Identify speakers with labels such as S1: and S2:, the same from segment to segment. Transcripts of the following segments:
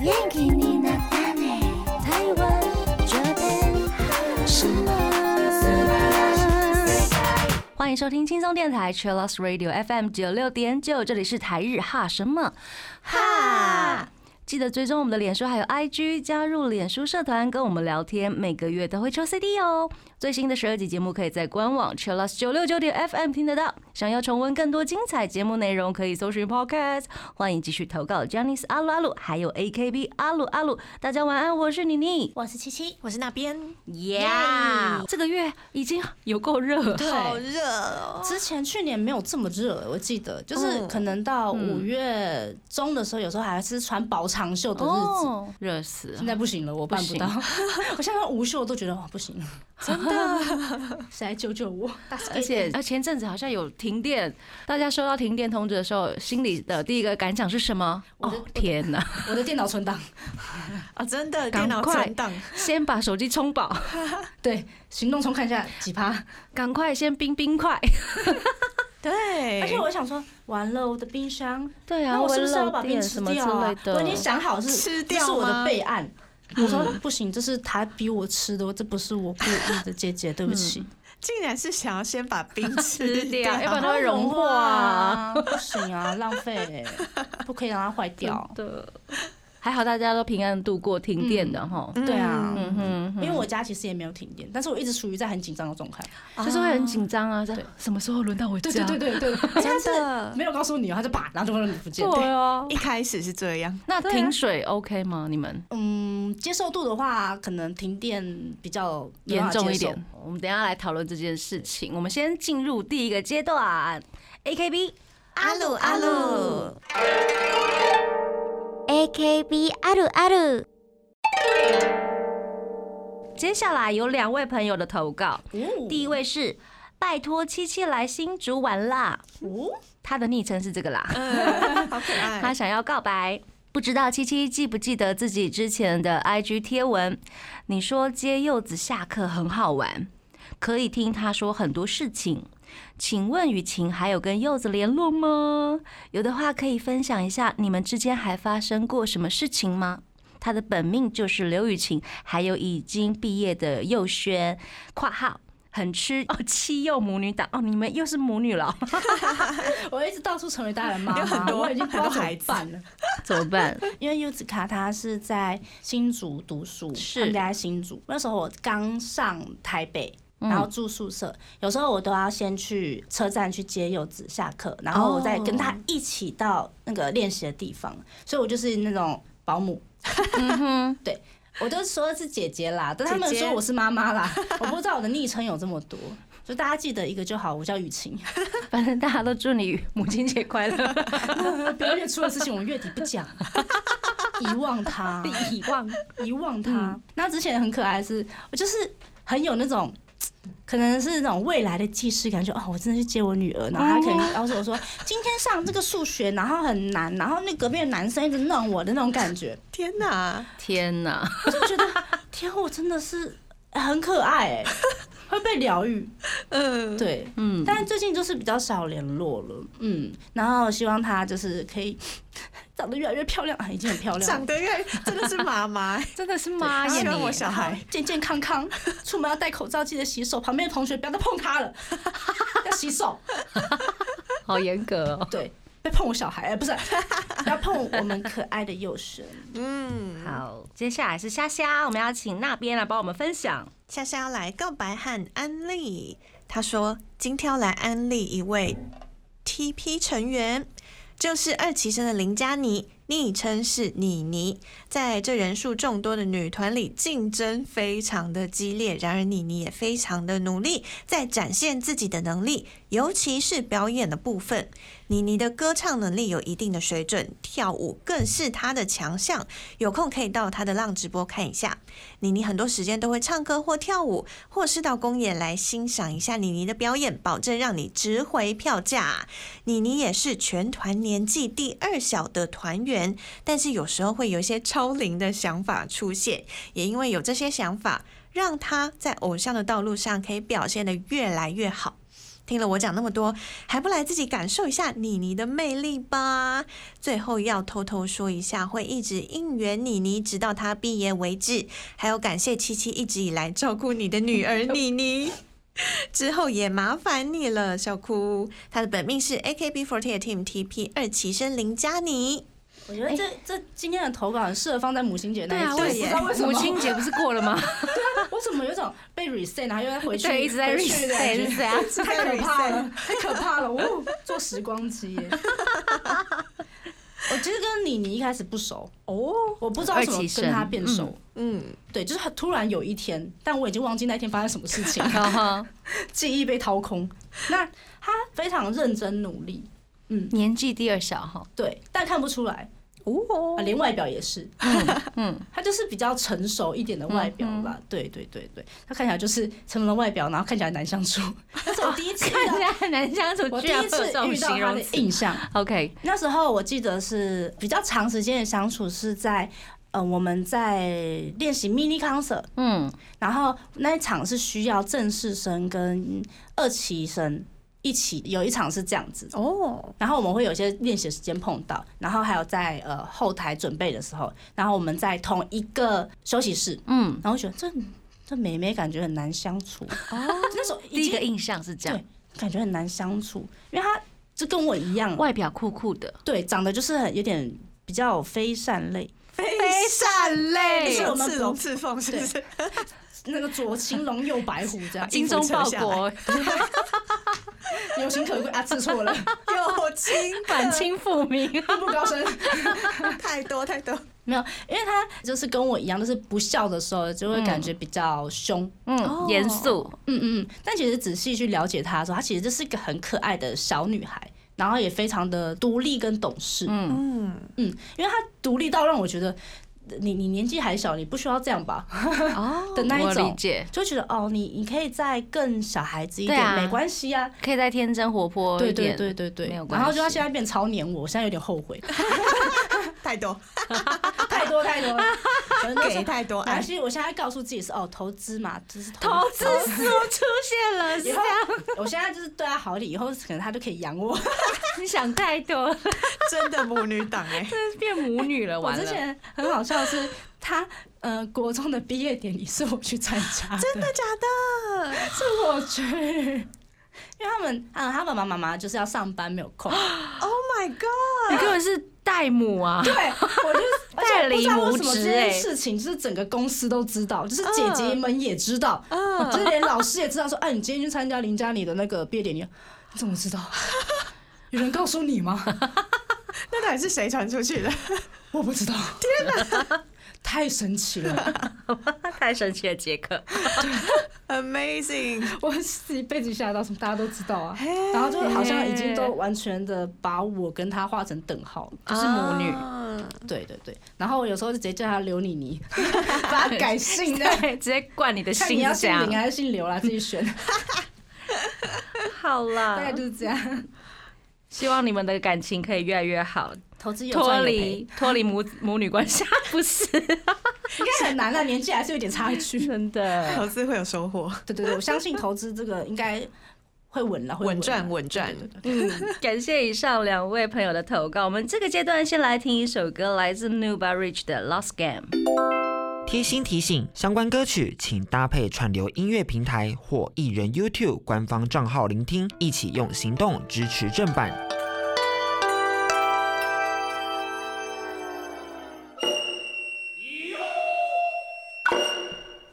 S1: 元気になったね台湾这边什么
S2: 欢迎收听轻松电台 Chillus Radio FM 九六点九，这里是台日哈什么哈。记得追踪我们的脸书还有 IG，加入脸书社团跟我们聊天，每个月都会抽 CD 哦。最新的十二集节目可以在官网 Chillus 九六九点 FM 听得到。想要重温更多精彩节目内容，可以搜寻 Podcast。欢迎继续投稿 j a n i c e 阿鲁阿鲁，还有 AKB 阿鲁阿鲁。大家晚安，我是妮妮。
S3: 我是七七，我是那边。
S2: Yeah，这个月已经有够热了。
S3: 好
S4: 热哦！
S3: 之前去年没有这么热，我记得就是
S4: 嗯
S3: 可能到五月中的时候，有时候还是穿薄长袖的日子。
S2: 哦，热死了
S3: 现！在不行了，我办不到。 我现在无袖都觉得哇哦不行了， 真的，谁来救救我？大师
S2: 而且呃，前阵子好像有停电，大家收到停电通知的时候，心里的第一个感想是什么？
S3: 我的
S2: 哦天哪！
S3: 我的电脑存档，
S4: 啊，真的，
S2: 赶
S4: 电脑
S2: 快
S4: 存档，
S2: 先把手机充饱，
S3: 对，行动充看一下几趴。
S2: 赶快先冰冰块。
S4: 对，
S3: 而且我想说，完了我的冰箱，
S2: 对啊，
S3: 那我是不是
S2: 为了
S3: 要把冰
S2: 电
S3: 吃
S2: 什么之
S3: 掉啊
S2: 类？的？
S3: 我已经想好是
S4: 吃
S3: 这
S4: 掉
S3: 是我的
S4: 吗
S3: 备案。我说不行，这是他逼我吃的，这不是我故意的，姐姐，对不起。
S4: 竟然是想要先把冰吃
S2: 吃掉，要不然
S3: 它
S2: 它会融化啊。
S3: 啊！不行啊，浪费、不可以让它坏掉。
S2: 的，还好大家都平安度过停电的哈。
S3: 对啊，
S2: 嗯哼
S3: 因为我家其实也没有停电，但是我一直处于在很紧张的状态。
S2: 哼，就是会很紧张啊，在什么时候轮到我家？
S3: 对对，
S4: 真的，
S3: 没有告诉你，他就啪，然后就让你不见。
S2: 对啊。
S4: 一开始是这样，
S2: 那停水 OK 吗？你们
S3: 嗯，接受度的话，可能停电比较没
S2: 严
S3: 办法
S2: 重一
S3: 接受
S2: 点。。我们等一下来讨论这件事情。我们先进入第一个阶段，AKB。
S4: 阿鲁阿鲁，
S1: AKB あるある
S2: 接下来有两位朋友的投稿，
S3: 哦
S2: 第一位是拜托七七来新竹玩啦，
S3: 哦，
S2: 他的昵称是这个啦。呃
S4: 嗯， 好可
S2: 他
S4: 爱，
S2: 想要告白。不知道七七记不记得自己之前的 IG 贴文？你说接柚子下课很好玩，可以听他说很多事情。请问雨晴还有跟柚子联络吗？有的话可以分享一下，你们之间还发生过什么事情吗？他的本命就是刘雨晴，还有已经毕业的佑轩（括号很吃哦七柚母女档哦，你们又是母女了，
S3: 我一直到处成为大人妈
S4: 有很
S3: 妈，
S4: 多
S3: 我已经不知道
S4: 很多
S3: 怎
S4: 孩
S3: 么
S4: 子
S3: 办了。
S2: 怎么办？
S3: 因为柚子卡他是在新竹读书，
S2: 是
S3: 他们家在新竹。那时候我刚上台北，
S4: 嗯
S3: 然后住宿舍，有时候我都要先去车站去接柚子下课，然后我再跟
S4: 哦
S3: 他一起到那个练习的地方，所以我就是那种保姆。 对。我都说是姐姐啦，但他们
S4: 嗯姐姐
S3: 说我是妈妈啦，我不知道我的昵称有这么多，就大家记得一个就好，我叫雨晴。
S2: 反正大家都祝你母亲节快乐。
S3: 不要月初的事情，我们月底不讲，啊 遗忘嗯它，遗忘，遗忘它。那之前很可爱的是，我就是很有那种。可能是那种未来的既视感，就哦，我真的去接我女儿，然后她可能告诉我说，今天上这个数学，然后很难，然后那隔壁的男生一直弄我的那种感觉，
S4: 天哪，
S2: 天哪！
S3: 我就觉得天啊，我真的是很可 爱、欸，会被疗愈。
S2: 呃
S4: 嗯，
S3: 对，嗯，但是最近就是比较少联络了，嗯，然后希望她就是可以长得越来越漂亮，啊已经很漂亮
S4: 长
S3: 了，
S4: 得越真的是妈妈，
S2: 真的是妈
S4: 希
S2: 呀
S4: 望我
S2: 你！
S4: 小孩
S3: 健健康康，出门要戴口罩，记得洗手，旁边的同学不要再碰她了，要洗手，
S2: 好严格哦。
S3: 对，别碰我小孩，哎不是，不要碰我们可爱的幼生，
S2: 好，接下来是虾虾，我们要请那边来帮我们分享。
S4: 夏夏来告白和安利。他说今天要来安利一位 TP 成员，就是二期生的林佳妮，昵称是妮妮，在这人数众多的女团里，竞争非常的激烈。然而妮妮也非常的努力，在展现自己的能力，尤其是表演的部分。妮妮的歌唱能力有一定的水准，跳舞更是她的强项。有空可以到她的浪直播看一下。妮妮很多时间都会唱歌或跳舞，或是到公演来欣赏一下妮妮的表演，保证让你值回票价。妮妮也是全团年纪第二小的团员，但是有时候会有一些超龄的想法出现，也因为有这些想法，让她在偶像的道路上可以表现得越来越好。听了我讲那么多，还不来自己感受一下妮妮的魅力吧？最后要偷偷说一下，会一直应援妮妮，直到她毕业为止。还有感谢七七一直以来照顾你的女儿妮妮。 之后也麻烦你了，小哭。她的本命是 AKB48 Team TP 二期生林佳妮。
S3: 我觉得这这今天的投稿很适合放在母亲节那
S2: 对
S3: 一
S2: 啊，
S3: 集，
S2: 我
S4: 对
S2: 也是
S4: 耶
S3: 不知道为什么
S2: 母亲节不是过了吗？
S3: 为什么有种被 reset，然后又要回去，
S2: 对，一直在
S3: 回去的
S2: reset
S3: 感
S2: reset，
S3: 觉 太可怕了，太可怕了！我坐时光机耶。我其实跟妮妮一开始不熟哦，我不知道怎么跟她变熟。
S4: 嗯，
S3: 对，就是她突然有一天，但我已经忘记那天发生什么事情
S2: 然后
S3: 记忆被掏空。那她非常认真努力，嗯，
S2: 年纪第二小哈，
S3: 对，但看不出来，
S4: 哦
S3: 啊，连外表也是，
S2: 嗯
S3: 嗯，他就是比较成熟一点的外表啦，对对对对，他看起来就是成人的外表，然后看起来很难相 处，那是我第一次遇
S2: 看起
S3: 到，
S2: 来很难相处，
S3: 我第
S2: 居然
S3: 啊
S2: 会有
S3: 一次
S2: 这种
S3: 遇
S2: 形
S3: 到他
S2: 容
S3: 的
S2: 词。
S3: 印象，
S2: OK，
S3: 那时候我记得是比较长时间的相处是在。呃，我们在练习 mini concert，
S2: 嗯，
S3: 然后那一场是需要正式生跟二期生一起，有一场是这样子，
S4: 哦，
S3: 然后我们会有一些练习的时间碰到，然后还有在呃后台准备的时候，然后我们在同一个休息室，
S2: 嗯，
S3: 然后觉得这这美眉感觉很难相处，
S2: 哦，
S3: 那时候已
S2: 第一个
S3: 经
S2: 印象是这样
S3: 对，感觉很难相处，因为她就跟我一样，
S2: 外表酷酷的，
S3: 对，长得就是很有点比较非善类，
S4: 非善类
S3: 就是我们
S4: 哎
S3: 哦
S4: 刺龙刺凤是不是？，
S3: 那个左青龙右白虎这样
S4: 金
S2: 精
S4: 钟
S2: 忠
S4: 报
S2: 报
S4: 国
S2: 国，
S3: 有情可贵啊，刺错 了，
S4: 有情
S2: 反清复明。
S3: 步步高升。
S4: 太多太多。
S3: 没有，因为她就是跟我一样，就是不笑的时候就会感觉比较凶，
S2: 嗯，严肃，
S3: 嗯嗯，但其实仔细去了解她的时候，她其实就是一个很可爱的小女孩，然后也非常的独立跟懂事。嗯
S2: 嗯，
S4: 嗯，
S3: 因为她独立到让我觉得，呃你你年纪还小，你不需要这样吧？
S2: 哦
S3: 的那一
S2: 我
S3: 种
S2: 理解，
S3: 就觉得哦，你你可以再更小孩子一
S2: 对
S3: 点，
S2: 啊
S3: 没关系啊。
S2: 可以再天真活泼
S3: 对
S2: 一
S3: 对
S2: 点，
S3: 对对对
S2: 没有，关
S3: 然后就她
S2: 系
S3: 现在变超黏我，我现在有点后 悔，
S4: 太多，
S3: 太多太多了。 可能那时
S4: 给
S3: 候
S4: 太多哎
S3: 而
S4: 爱。
S3: 且我现在告诉自己是哦，投资嘛，就是投
S2: 投资思路出现了， 是
S3: 以后我现在就是对她好一点，以后可能她就可以养我。
S2: 你想太多了，
S4: 真的母女档 哎、
S2: 变母女了，
S3: 我
S2: 完
S3: 之
S2: 了。
S3: 前很好笑的是，他呃国中的毕业典礼是我去参加 的，
S4: 真的假的？
S3: 是我去，因为他 们啊他爸爸妈妈就是要上班没有空，
S4: Oh my god！
S2: 你根本是代母啊！
S3: 对我就而且
S2: 代
S3: 我不
S2: 理
S3: 知道为
S2: 母
S3: 什么这
S2: 职
S3: 件
S2: 欸嗯
S3: 事情就是整个公司都知道，就是姐姐们也知道，就是连老师也知道说，哎、你今天去参加林佳妮的那个毕业典礼，你怎么知 道？有人告诉你吗？
S4: 那到底是谁传出去 的？
S3: 我不知道，天哪， 太神奇了！
S2: 太神奇了，杰克。
S4: Amazing！
S3: 我自己被自己吓到，什么大家都知道啊
S4: 嘿，
S3: 然后就好像已经都完全的把我跟他画成等号，
S2: 是母女
S4: 啊
S3: 对对对，然后我有时候就直接叫他刘妮 妮，把他改姓的，
S2: 对，直接灌你的
S3: 看你
S2: 心
S3: 要
S2: 是
S3: 姓
S2: 这
S3: 林
S2: 样。
S3: 还是姓啊刘啦，自己选，
S2: 好
S3: 大概
S2: 啦，
S3: 就是这样。
S2: 希望你们的感情可以越来越好，
S3: 投资有
S2: 脱
S3: 赚有
S2: 离
S3: 赔，
S2: 脱离母母女关系，不是
S3: 应该很难啊，年纪还是有点差距。
S2: 真的。
S4: 投资会有收获，
S3: 对对对，我相信投资这个应该会稳了，会
S4: 稳
S3: 啦
S4: 赚。稳赚。
S2: 嗯，感谢以上两位朋友的投稿。我们这个阶段先来听一首歌，来自 Nuba Rich 的《Lost Game》。
S5: 贴心提醒：相关歌曲请搭配串流音乐平台或艺人 YouTube 官方账号聆听，一起用行动支持正版。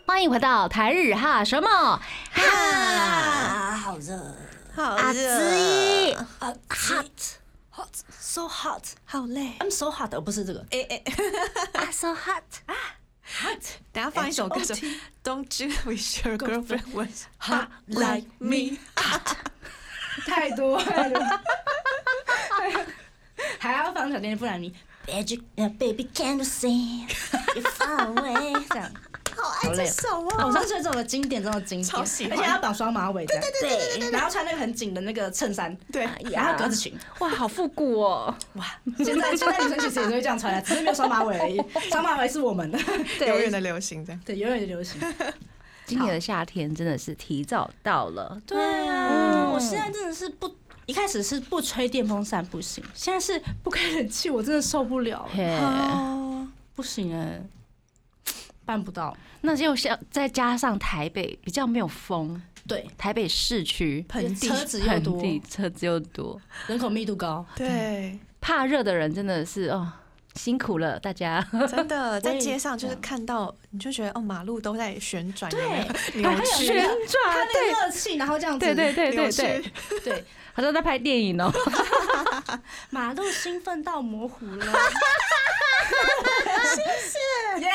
S2: 欢迎回到台日哈什么哈
S3: 啊，好热
S4: 好
S2: 阿
S4: 热，
S2: 兹
S3: 啊，hot hot so hot。
S4: 好累。
S3: I'm so hot，哦不是这个
S4: 哎哎，
S2: 啊，so hot，
S3: hot
S4: 等下放一首歌手
S3: H.O.T.
S4: ，Don't you wish your girlfriend was
S3: hot like me hot，太多 了，还要放小甜甜布兰妮，Baby baby can you sing you far away 这样。
S4: 好爱这首
S3: 啊我
S4: 哦。
S3: 上次这首经典中的经典，
S4: 超喜
S3: 而
S4: 欢
S3: 且要绑双马尾这样，
S2: 对
S3: 然后穿那个很紧的那个衬衫，
S4: 对
S3: 然后格子裙，
S2: 哇，好复古哦！
S3: 哇！现在现在女生其实也都会这样穿啊， 只是没有双马尾而已，双马尾是我们的，
S4: 永远的流行这样。
S3: 对，永远的流行。
S2: 今年的夏天真的是提早到了，
S3: 对啊，我现在真的是不，一开始是不吹电风扇不行，现在是不开冷气，我真的受不了，
S2: 嘿，
S4: 哦，
S3: 不行哎、办不到。
S2: 那就像再加上台北比较没有风，
S3: 对，
S2: 台北市区
S4: 盆地
S3: 车子又多，
S2: 盆地车子又多，
S3: 人口密度高，
S4: 对，
S2: 怕热的人真的是哦，辛苦了大家。
S4: 真 的在
S3: 也
S4: 街上就
S3: 是这
S4: 是
S3: 样
S4: 看到，你就觉得哦，马路都在旋转，有没有
S3: 对
S4: 扭
S3: 还有
S4: 曲，
S3: 旋
S2: 转
S3: 它那个热气，然后这样子，
S2: 对对对
S4: 扭
S2: 对
S4: 曲
S2: 对，，好像在拍电影 哦。
S3: 马路兴奋到模糊了。谢谢，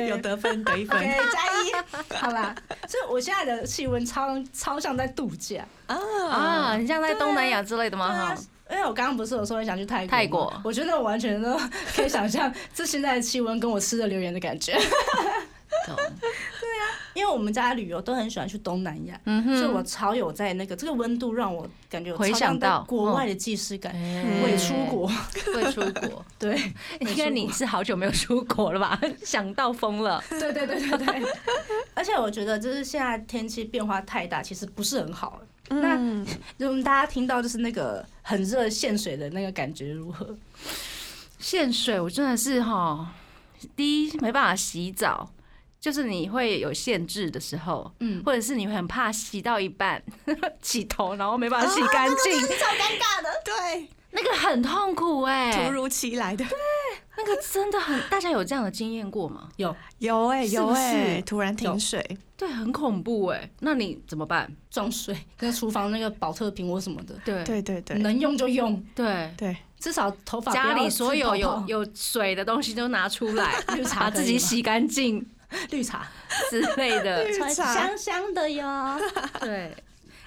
S3: 耶
S4: 有得分得一分
S3: OK，加一，好啦。所以我现在的气温超超像在度假，
S2: 啊，很像在东南亚之类的吗？
S3: 对啊
S2: 哈，
S3: 因为我刚刚不是有说想去泰国吗，
S2: 泰国
S3: 我觉得我完全都可以想象这现在的气温跟我吃的榴莲的感觉，
S2: 懂
S3: 因为我们家旅游都很喜欢去东南亚，
S2: 嗯
S3: 所以我
S2: 哼，
S3: 超有在那个这个温度让我感觉我
S2: 回
S3: 超
S2: 想
S3: 像在
S2: 到
S3: 国
S2: 嗯
S3: 外的既视感，
S2: 哎
S3: 未出，国，
S2: 会出 国，
S3: 对
S2: 应该你是好久没有出国了吧？ 想到疯了，
S3: 对对对对对， 而且我觉得就是现在天气变化太大，其实不是很好。那
S4: 嗯
S3: 就我们大家听到就是那个很热限水的那个感觉如何？
S2: 限水，我真的是哈，第一没办法洗澡，就是你会有限制的时候，
S3: 嗯，
S2: 或者是你会很怕洗到一半 洗头，然后没办法洗干净，
S4: 对，
S2: 那个很痛苦哎、
S4: 突如其来的，
S2: 那个真的很，大家有这样的经验过吗？
S3: 有
S4: 有哎
S3: 是
S4: 有
S3: 不是
S4: 哎，突然
S3: 有
S4: 停水，
S2: 对，很恐怖哎、那你怎么办？
S3: 装水，跟厨房那个保特瓶或什么的，
S2: 对
S4: 对对对
S3: 能用就用，
S2: 对，
S4: 对，
S3: 至少头发不
S2: 家
S3: 要
S2: 里
S3: 是
S2: 所有
S3: 泡
S2: 有
S3: 泡
S2: 有水的东西都拿出 来，
S3: 绿茶
S2: 把
S3: 可
S2: 自
S3: 以
S2: 己
S3: 吗
S2: 洗干净
S3: 绿茶，
S2: 之类的。
S4: 绿茶
S3: 香香的哟。
S2: 对。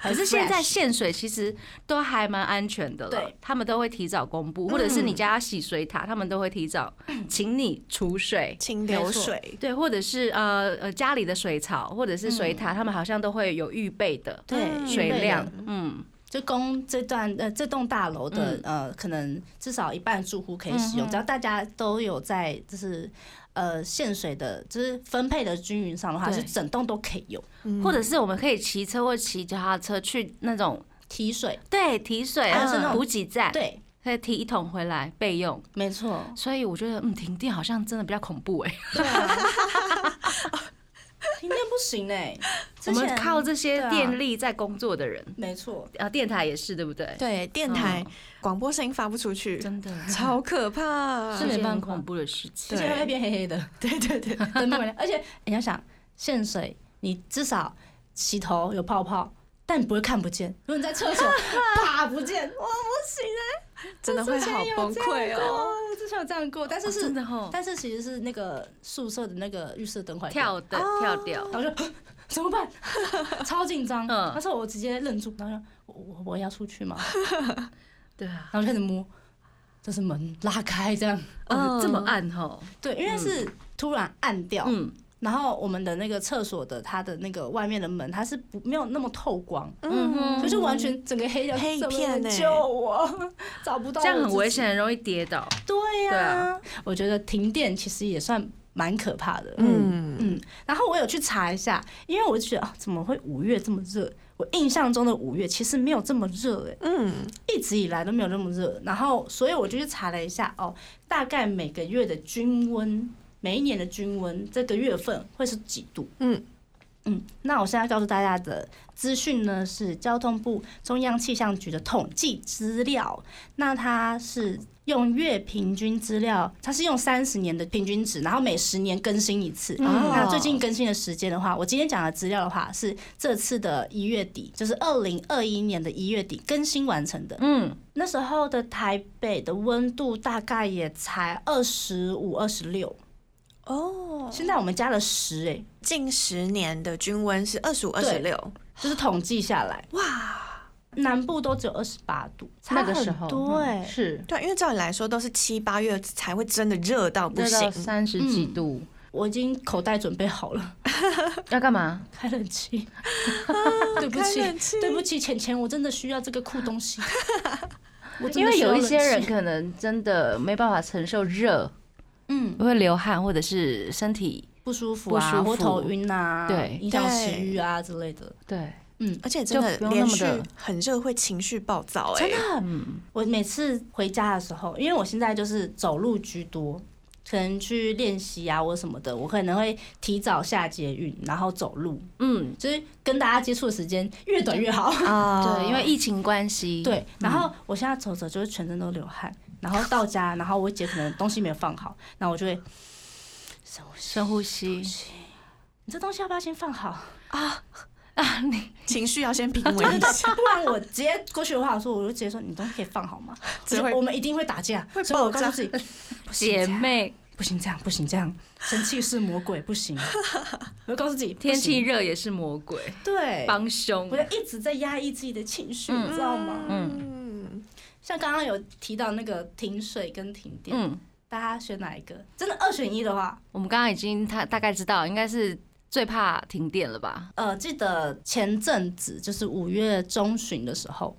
S2: 可是现在
S3: fresh
S2: 限水其实都还蛮安全的了
S3: 对，嗯
S2: 他们都会提早公布，或者是你家洗水塔，他们都会提 早请你储水，
S4: 清流
S3: 没错
S4: 水，
S2: 对，或者是呃呃家里的水槽或者是水塔，他们好像都会有预备的
S3: 嗯对，
S2: 水
S3: 预备的
S2: 量，嗯，
S3: 就供这段呃这栋大楼的、呃，可能至少一半住户可以使
S2: 嗯
S3: 用，
S2: 哼
S3: 只要大家都有在就是呃限水的，就是分配的均匀上的话，
S2: 对
S3: 是整栋都可以用
S4: 嗯
S2: 或者是我们可以骑车或骑脚踏车去那种
S3: 提水。
S2: 对提水或
S3: 啊
S2: 是那种
S3: 嗯
S2: 补给站，
S3: 对，
S2: 可以提一桶回来备用。
S3: 没错，
S2: 所以我觉得，嗯，停电好像真的比较恐怖哎、
S3: 对啊， 停电不行哎、
S2: 我
S3: 之前
S2: 们靠这些
S3: 对啊
S2: 电力在工作的人，
S3: 没错，
S2: 啊，电台也是对不对？
S4: 对电台广播声音发不出去，
S2: 真 的
S4: 超可怕
S2: 是，
S3: 没
S2: 件
S3: 办
S2: 很
S3: 法
S2: 恐怖的事情
S3: 之。前会变黑黑的，
S4: 对对 对，
S3: 灯没亮。而且哎你要想，限水，你至少洗头有泡泡，但你不会看不见。如果你在 厕所啪不见，我不行啊！
S4: 真的会好崩溃哦。
S3: 我之前有这样过，但是
S2: 真
S3: 是，
S2: 的哦，
S3: 但是其实是那个宿舍的那个浴室灯坏掉，
S2: 跳的跳掉，
S3: 然后就怎么办？ 超紧张。
S2: 嗯
S3: 那时候我直接愣住，然后就我我我要出去嘛，
S2: 对啊，
S3: 然后开始摸，就是门拉开这样。
S2: 哦
S4: 嗯
S2: 这么暗哦，
S3: 对，因为是突然暗掉，
S2: 嗯
S3: 然后我们的那个厕所的它的那个外面的门，它是不没有那么透光，
S2: 嗯
S3: 所
S2: 哼
S3: 以就完全整个黑掉，
S4: 黑一
S3: 怎么
S4: 片
S3: 能
S4: 欸
S3: 救我， 找不到，
S2: 这样很危。险，很容易跌倒。
S3: 对呀、
S2: 对
S3: 我觉得停电其实也算蛮可怕的。
S4: 嗯，
S3: 嗯，然后我有去查一下，因为我就觉得啊，怎么会五月这么热？我印象中的五月其实没有这么热诶、
S4: 嗯，
S3: 一直以来都没有那么热。然后，所以我就去查了一下哦，大概每个月的均温，每一年的均温，这个月份会是几度？
S4: 嗯
S3: 嗯，那我现在告诉大家的资讯呢是交通部中央气象局的统计资料，那它是用月平均资料，它是用三十年的平均值，然后每十年更新一次。
S2: 哦
S3: 那最近更新的时间的话，我今天讲的资料的话是这次的一月底，就是二零二一年的一月底更新完成的。
S2: 嗯，
S3: 那时候的台北的温度大概也才二十五、二十六，
S4: 哦，
S3: 现在我们加了十，哎，
S4: 近十年的均温是二十五、二十六，
S3: 就是统计下来，
S4: 哇，
S3: 南部都只有二十八度，
S2: 那个时候
S3: 对
S2: 嗯，是
S4: 对，因为照理来说都是七八月才会真的热到不
S2: 热到
S4: 行，
S2: 三十几
S3: 嗯
S2: 度，
S3: 我已经口袋准备好了，
S2: 嗯要干嘛？
S3: 开冷气，
S2: 啊
S3: 对不起
S4: 开冷，气
S3: 对不起，浅浅，我真的需要这个酷 东西，我 真
S2: 因
S3: 的
S2: 为
S3: 需
S2: 有
S3: 要
S2: 一些
S3: 冷
S2: 人
S3: 气，
S2: 可能真的没办法承受热，
S3: 嗯，
S2: 会流汗或者是身体
S3: 不舒服啊，
S2: 不舒服
S3: 或头晕啊，
S2: 对
S3: 影响食欲啊之类的。
S2: 对，
S3: 嗯，
S4: 而且真的
S2: 就不用那
S4: 连
S2: 么
S4: 续
S2: 的
S4: 很热会情绪暴躁、哎，
S3: 真的，我每次回家的时候，因为我现在就是走路居多，可能去练习啊或什么的，我可能会提早下捷运，然后走路，
S2: 嗯，
S3: 就是跟大家接触的时间越短越好。
S4: 啊
S2: 对，因为疫情关系，嗯
S3: 对，然后我现在走着就是全身都流汗，然后到家，然后我姐可能东西没有放好，然后我就会深呼吸，
S2: 深呼吸，
S3: 你这东西要不要先放 好？
S4: 情绪要先平稳一下，
S3: 不然我直接过去的话，我说我就直接说你东西可以放好吗？
S4: 只会
S3: 我们一定会打架，
S4: 会
S3: 所以我
S4: 爆
S3: 告
S4: 炸
S3: 诉自己，不行
S2: 姐
S3: 这样
S2: 妹，
S3: 不行这样，不行这样，生气是魔鬼，不行。我就告诉自己，
S2: 天气
S3: 不行
S2: 热也是魔鬼，
S3: 对，
S2: 帮凶
S3: 我，就一直在压抑自己的情绪，
S2: 嗯
S3: 你知道吗？
S2: 嗯
S4: 嗯，
S3: 像刚刚有提到那个停水跟停电，
S2: 嗯，
S3: 大家选哪一个？真的二选一的话，
S2: 我们刚刚已经他大概知道，应该是最怕停电了吧？
S3: 呃，记得前阵子就是五月中旬的时候，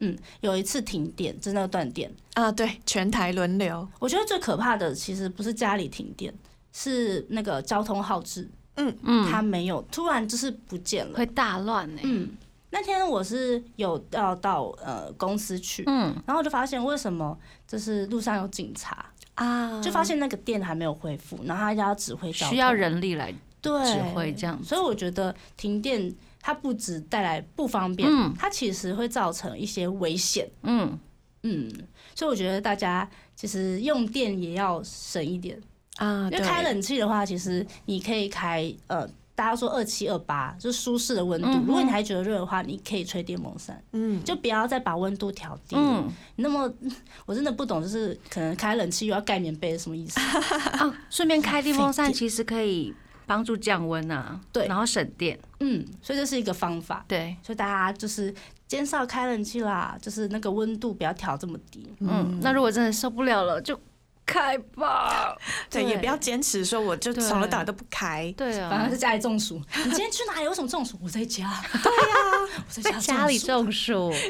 S3: 嗯，有一次停电，真的断电。
S4: 啊，对，全台轮流，
S3: 我觉得最可怕的其实不是家里停电，是那个交通号志，
S2: 嗯，
S3: 它没有突然就是不见了。
S2: 会大乱呢。
S3: 嗯，那天我是有要到呃公司去，
S2: 嗯，
S3: 然后我就发现为什么就是路上有警察，
S4: 啊，
S3: 就发现那个店还没有恢复，然后他要指挥交通，
S2: 需要人力来
S3: 对
S2: 指挥这样子
S3: 所以我觉得停电它不只带来不方便，
S2: 嗯
S3: 它其实会造成一些危险。
S2: 嗯，
S3: 嗯，所以我觉得大家其实用电也要省一点。
S4: 啊，
S3: 因为
S4: 对
S3: 开冷气的话，其实你可以开呃，大家说二七二八，就是舒适的温度。
S2: 嗯哼
S3: 如果你还觉得热的话，你可以吹电风扇，
S4: 嗯，
S3: 就不要再把温度调低。
S2: 嗯，
S3: 那么 我真的不懂，就是可能开冷气又要盖棉被是什么意思？
S2: 啊，顺便开电 风扇
S3: 费
S2: 其实可以帮助降温啊，
S3: 对
S2: 然后省电，
S3: 嗯，所以这是一个方法，
S2: 对，
S3: 所以大家就是减少开冷气啦，就是那个温度不要调这么低。
S2: 嗯，那如果真的受不了了就开吧，
S4: 对，
S3: 对
S4: 也不要坚持说我就
S2: 对
S4: 从头到尾都不开，
S2: 对
S3: 反
S2: 啊
S3: 而，是家里中暑，你今天去哪里？为什么中暑？我在家。对 呀、我在
S2: 在
S3: 家
S2: 家里
S3: 中暑
S2: 中暑，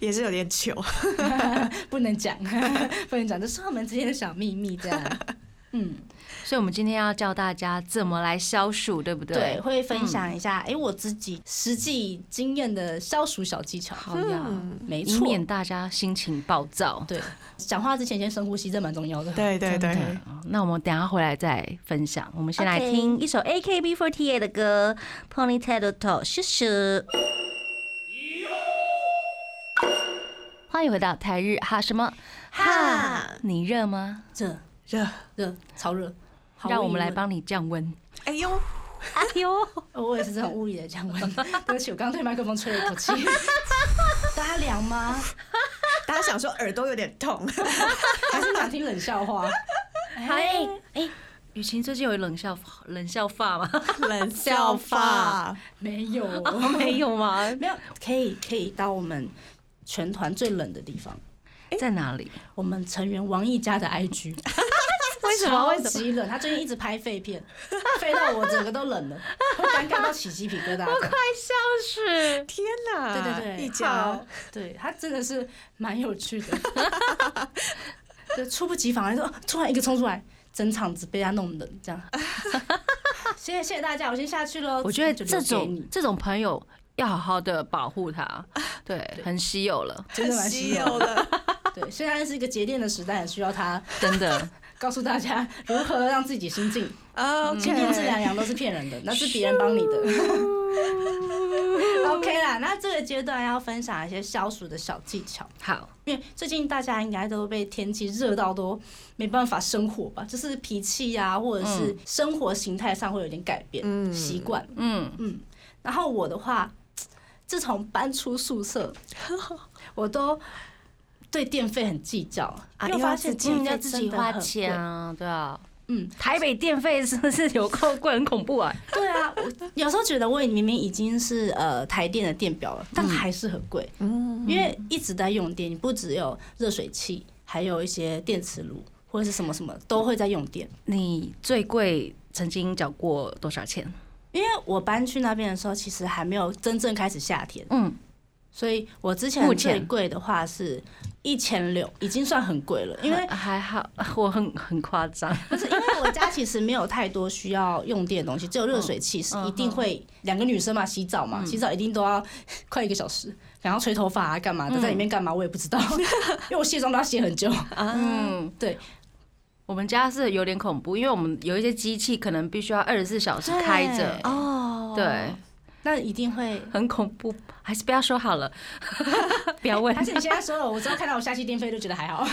S4: 也是有点糗，
S3: 不能讲， 不能讲，这是我们之间的小秘密，这样。嗯，
S2: 所以我们今天要教大家怎么来消暑，对不嗯
S3: 对，？会分享一下，哎、我自己实际经验的消暑小技巧。
S2: 好
S3: 嗯
S2: 呀，
S3: 没
S2: 以
S3: 错，
S2: 免大家心情暴躁。
S3: 对，讲话之前先深呼吸，这蛮重要的。
S4: 对对哎对，
S2: 对，哦那我们等一下回来再分享。我们先来
S1: OK
S2: 听一
S6: 一
S2: 首
S6: 首 AKB48 的歌《Ponytail Talk》，谢谢。
S2: 欢迎回到台日哈什么？
S4: 哈，
S2: 你热吗？
S3: 热
S4: 热，
S3: 热超热，毫无
S2: 让我们
S3: 疑
S2: 来
S3: 问。
S2: 帮你降温。
S4: 哎呦，
S2: 哎呦，
S3: 哦我也是这种物理的降温， 对不起，我刚刚对麦克风吹了一口气。 大家凉吗？
S4: 大家想说耳朵有点痛，
S3: 还是想听冷笑话？
S2: 嗨，哎，雨晴最近有冷笑冷笑话吗？
S4: 冷
S2: 笑话，
S3: 没有，
S2: 哦没有吗？
S3: 没有，可以可以到我们全团最冷的地方。
S2: 在哪里？
S3: 我们成员王毅家的 IG，
S4: 为什么？为
S3: 超
S4: 什么？
S3: 级冷，他最近一直拍废片，废到我整个都冷了， 会尴尬到起鸡皮疙瘩。
S2: 是
S4: 天哪！
S3: 对对对，
S4: 一家
S3: 好，对他真的是蛮有趣的， 就猝不及防，就突然一个冲出来，整场子被他弄冷，这样。 谢谢谢谢大家，我先下去喽。
S2: 我觉得
S3: 就
S2: 这
S3: 留给
S2: 种
S3: 你
S2: 这种朋友要好好的保护他， 对，很稀有了，
S3: 真的蛮
S4: 稀
S3: 稀
S4: 有
S3: 有。
S4: 的，
S3: 对，虽然是一个节电的时代，很需要他
S2: 真 的。
S3: 告诉大家如何让自己心静。
S4: 嗯 OK，
S3: 今天这两样都是骗人的，那是别人帮你 的。OK 啦，那这个阶段要分享一些消暑的小技巧，
S2: 好，
S3: 因为最近大家应该都被天气热到都没办法生活吧，就是脾气呀、或者是生活形态上会有点改变，
S4: 嗯
S3: 习惯。
S2: 嗯，
S3: 然后我的话，自从搬出宿 舍，我都对电费很计较，
S4: 啊
S3: 因为
S4: 又要
S3: 发现
S4: 自己
S3: 电
S2: 嗯，
S3: 费
S2: 要自己
S3: 真的
S2: 花
S3: 很
S2: 钱
S3: 贵
S2: 啊，对啊。
S3: 嗯，
S2: 台北电费是不是有够贵，很恐怖啊？
S3: 对啊，我有时候觉得我明明已经是呃台电的电表了，但还是很贵，
S4: 嗯，
S3: 因为一直在用电，你不只有热水器，还有一些电磁炉或者是什么什么都会在用电。
S2: 你最贵曾经缴过多少钱？
S3: 因为我搬去那边的时候，其实还没有真正开始夏天，
S2: 嗯，
S3: 所以我之前
S2: 目
S3: 最
S2: 前
S3: 贵的话是一千六，已经算很贵了，因为
S2: 还好， 我很很夸张，
S3: 不是因为我家其实没有太多需要用电的东西，只有热水器
S2: 嗯
S3: 是一定会两个女生嘛，洗澡嘛，洗澡一定都要 快一个小时，然后吹头发啊干嘛的，在里面干嘛我也不 知道，因为我卸妆都要卸很久。
S2: 嗯，
S3: 对。
S2: 我们家是有点恐怖，因为我们有一些机器可能必须要二十四小时
S3: 对
S2: 开着，
S4: 哦，
S2: 对，
S3: 那一定 会。
S2: 很恐怖，还是不要说 好了，不要问
S3: 还。是你现在说了，我之后看到我下期电费就觉得还好，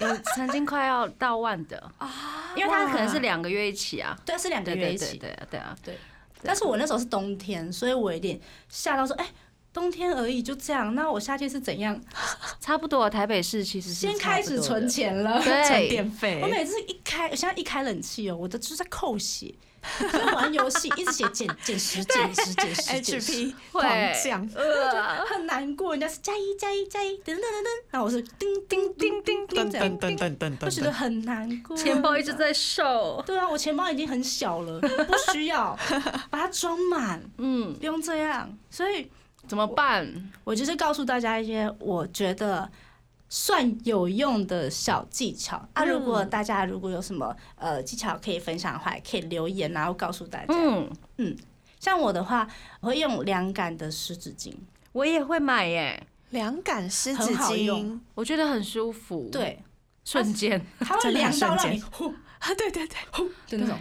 S2: 有呃曾经快要到万的啊， 因为它可能是两个月一起啊，
S3: 对，是两个
S2: 对
S3: 月
S2: 对
S3: 一
S2: 对
S3: 起。
S2: 对啊对啊，
S3: 但是我那时候是冬天，所以我有点吓到说，哎、冬天而已就这样，那我夏天是怎样？
S2: 差不多。台北市其实是
S3: 先开
S2: 差不
S3: 始
S2: 多的
S3: 存，钱了。
S4: 存
S2: 对，
S4: 电费
S3: 我，每次一开，我现在一开冷气哦，我的就是在扣血，在玩游戏，一直写减减十、减十、减十、减十，
S4: HP 狂降，
S2: 呃，
S3: 很难过。人家是加一、加一、加一，噔噔噔噔，然后我是叮叮叮叮叮
S4: 噔
S3: 这样
S4: 噔，噔噔噔
S3: 我觉得
S4: 噔，
S3: 很难 过。
S2: 钱包一直在瘦，
S3: 对啊，我钱包已经很小了，不需要把它装满，
S2: 嗯，
S3: 不用这样。所以
S2: 怎么办？
S3: 我就是告诉大家一些我觉得算有用的小技巧啊。如
S2: 嗯
S3: 果大家如果有什么呃技巧可以分享的话，也可以留言然后告诉大家。
S2: 嗯，
S3: 像我的话，我会用凉感的湿纸巾，
S2: 我也会买耶，
S4: 凉感湿纸
S3: 很好
S4: 巾
S3: 用，
S2: 我觉得很舒服，，
S3: 对，
S2: 瞬间，
S3: 它会
S4: 真的很
S3: 凉到
S4: 瞬
S3: 让
S4: 间
S3: 你呼
S4: 啊，对对对，
S3: 的那种。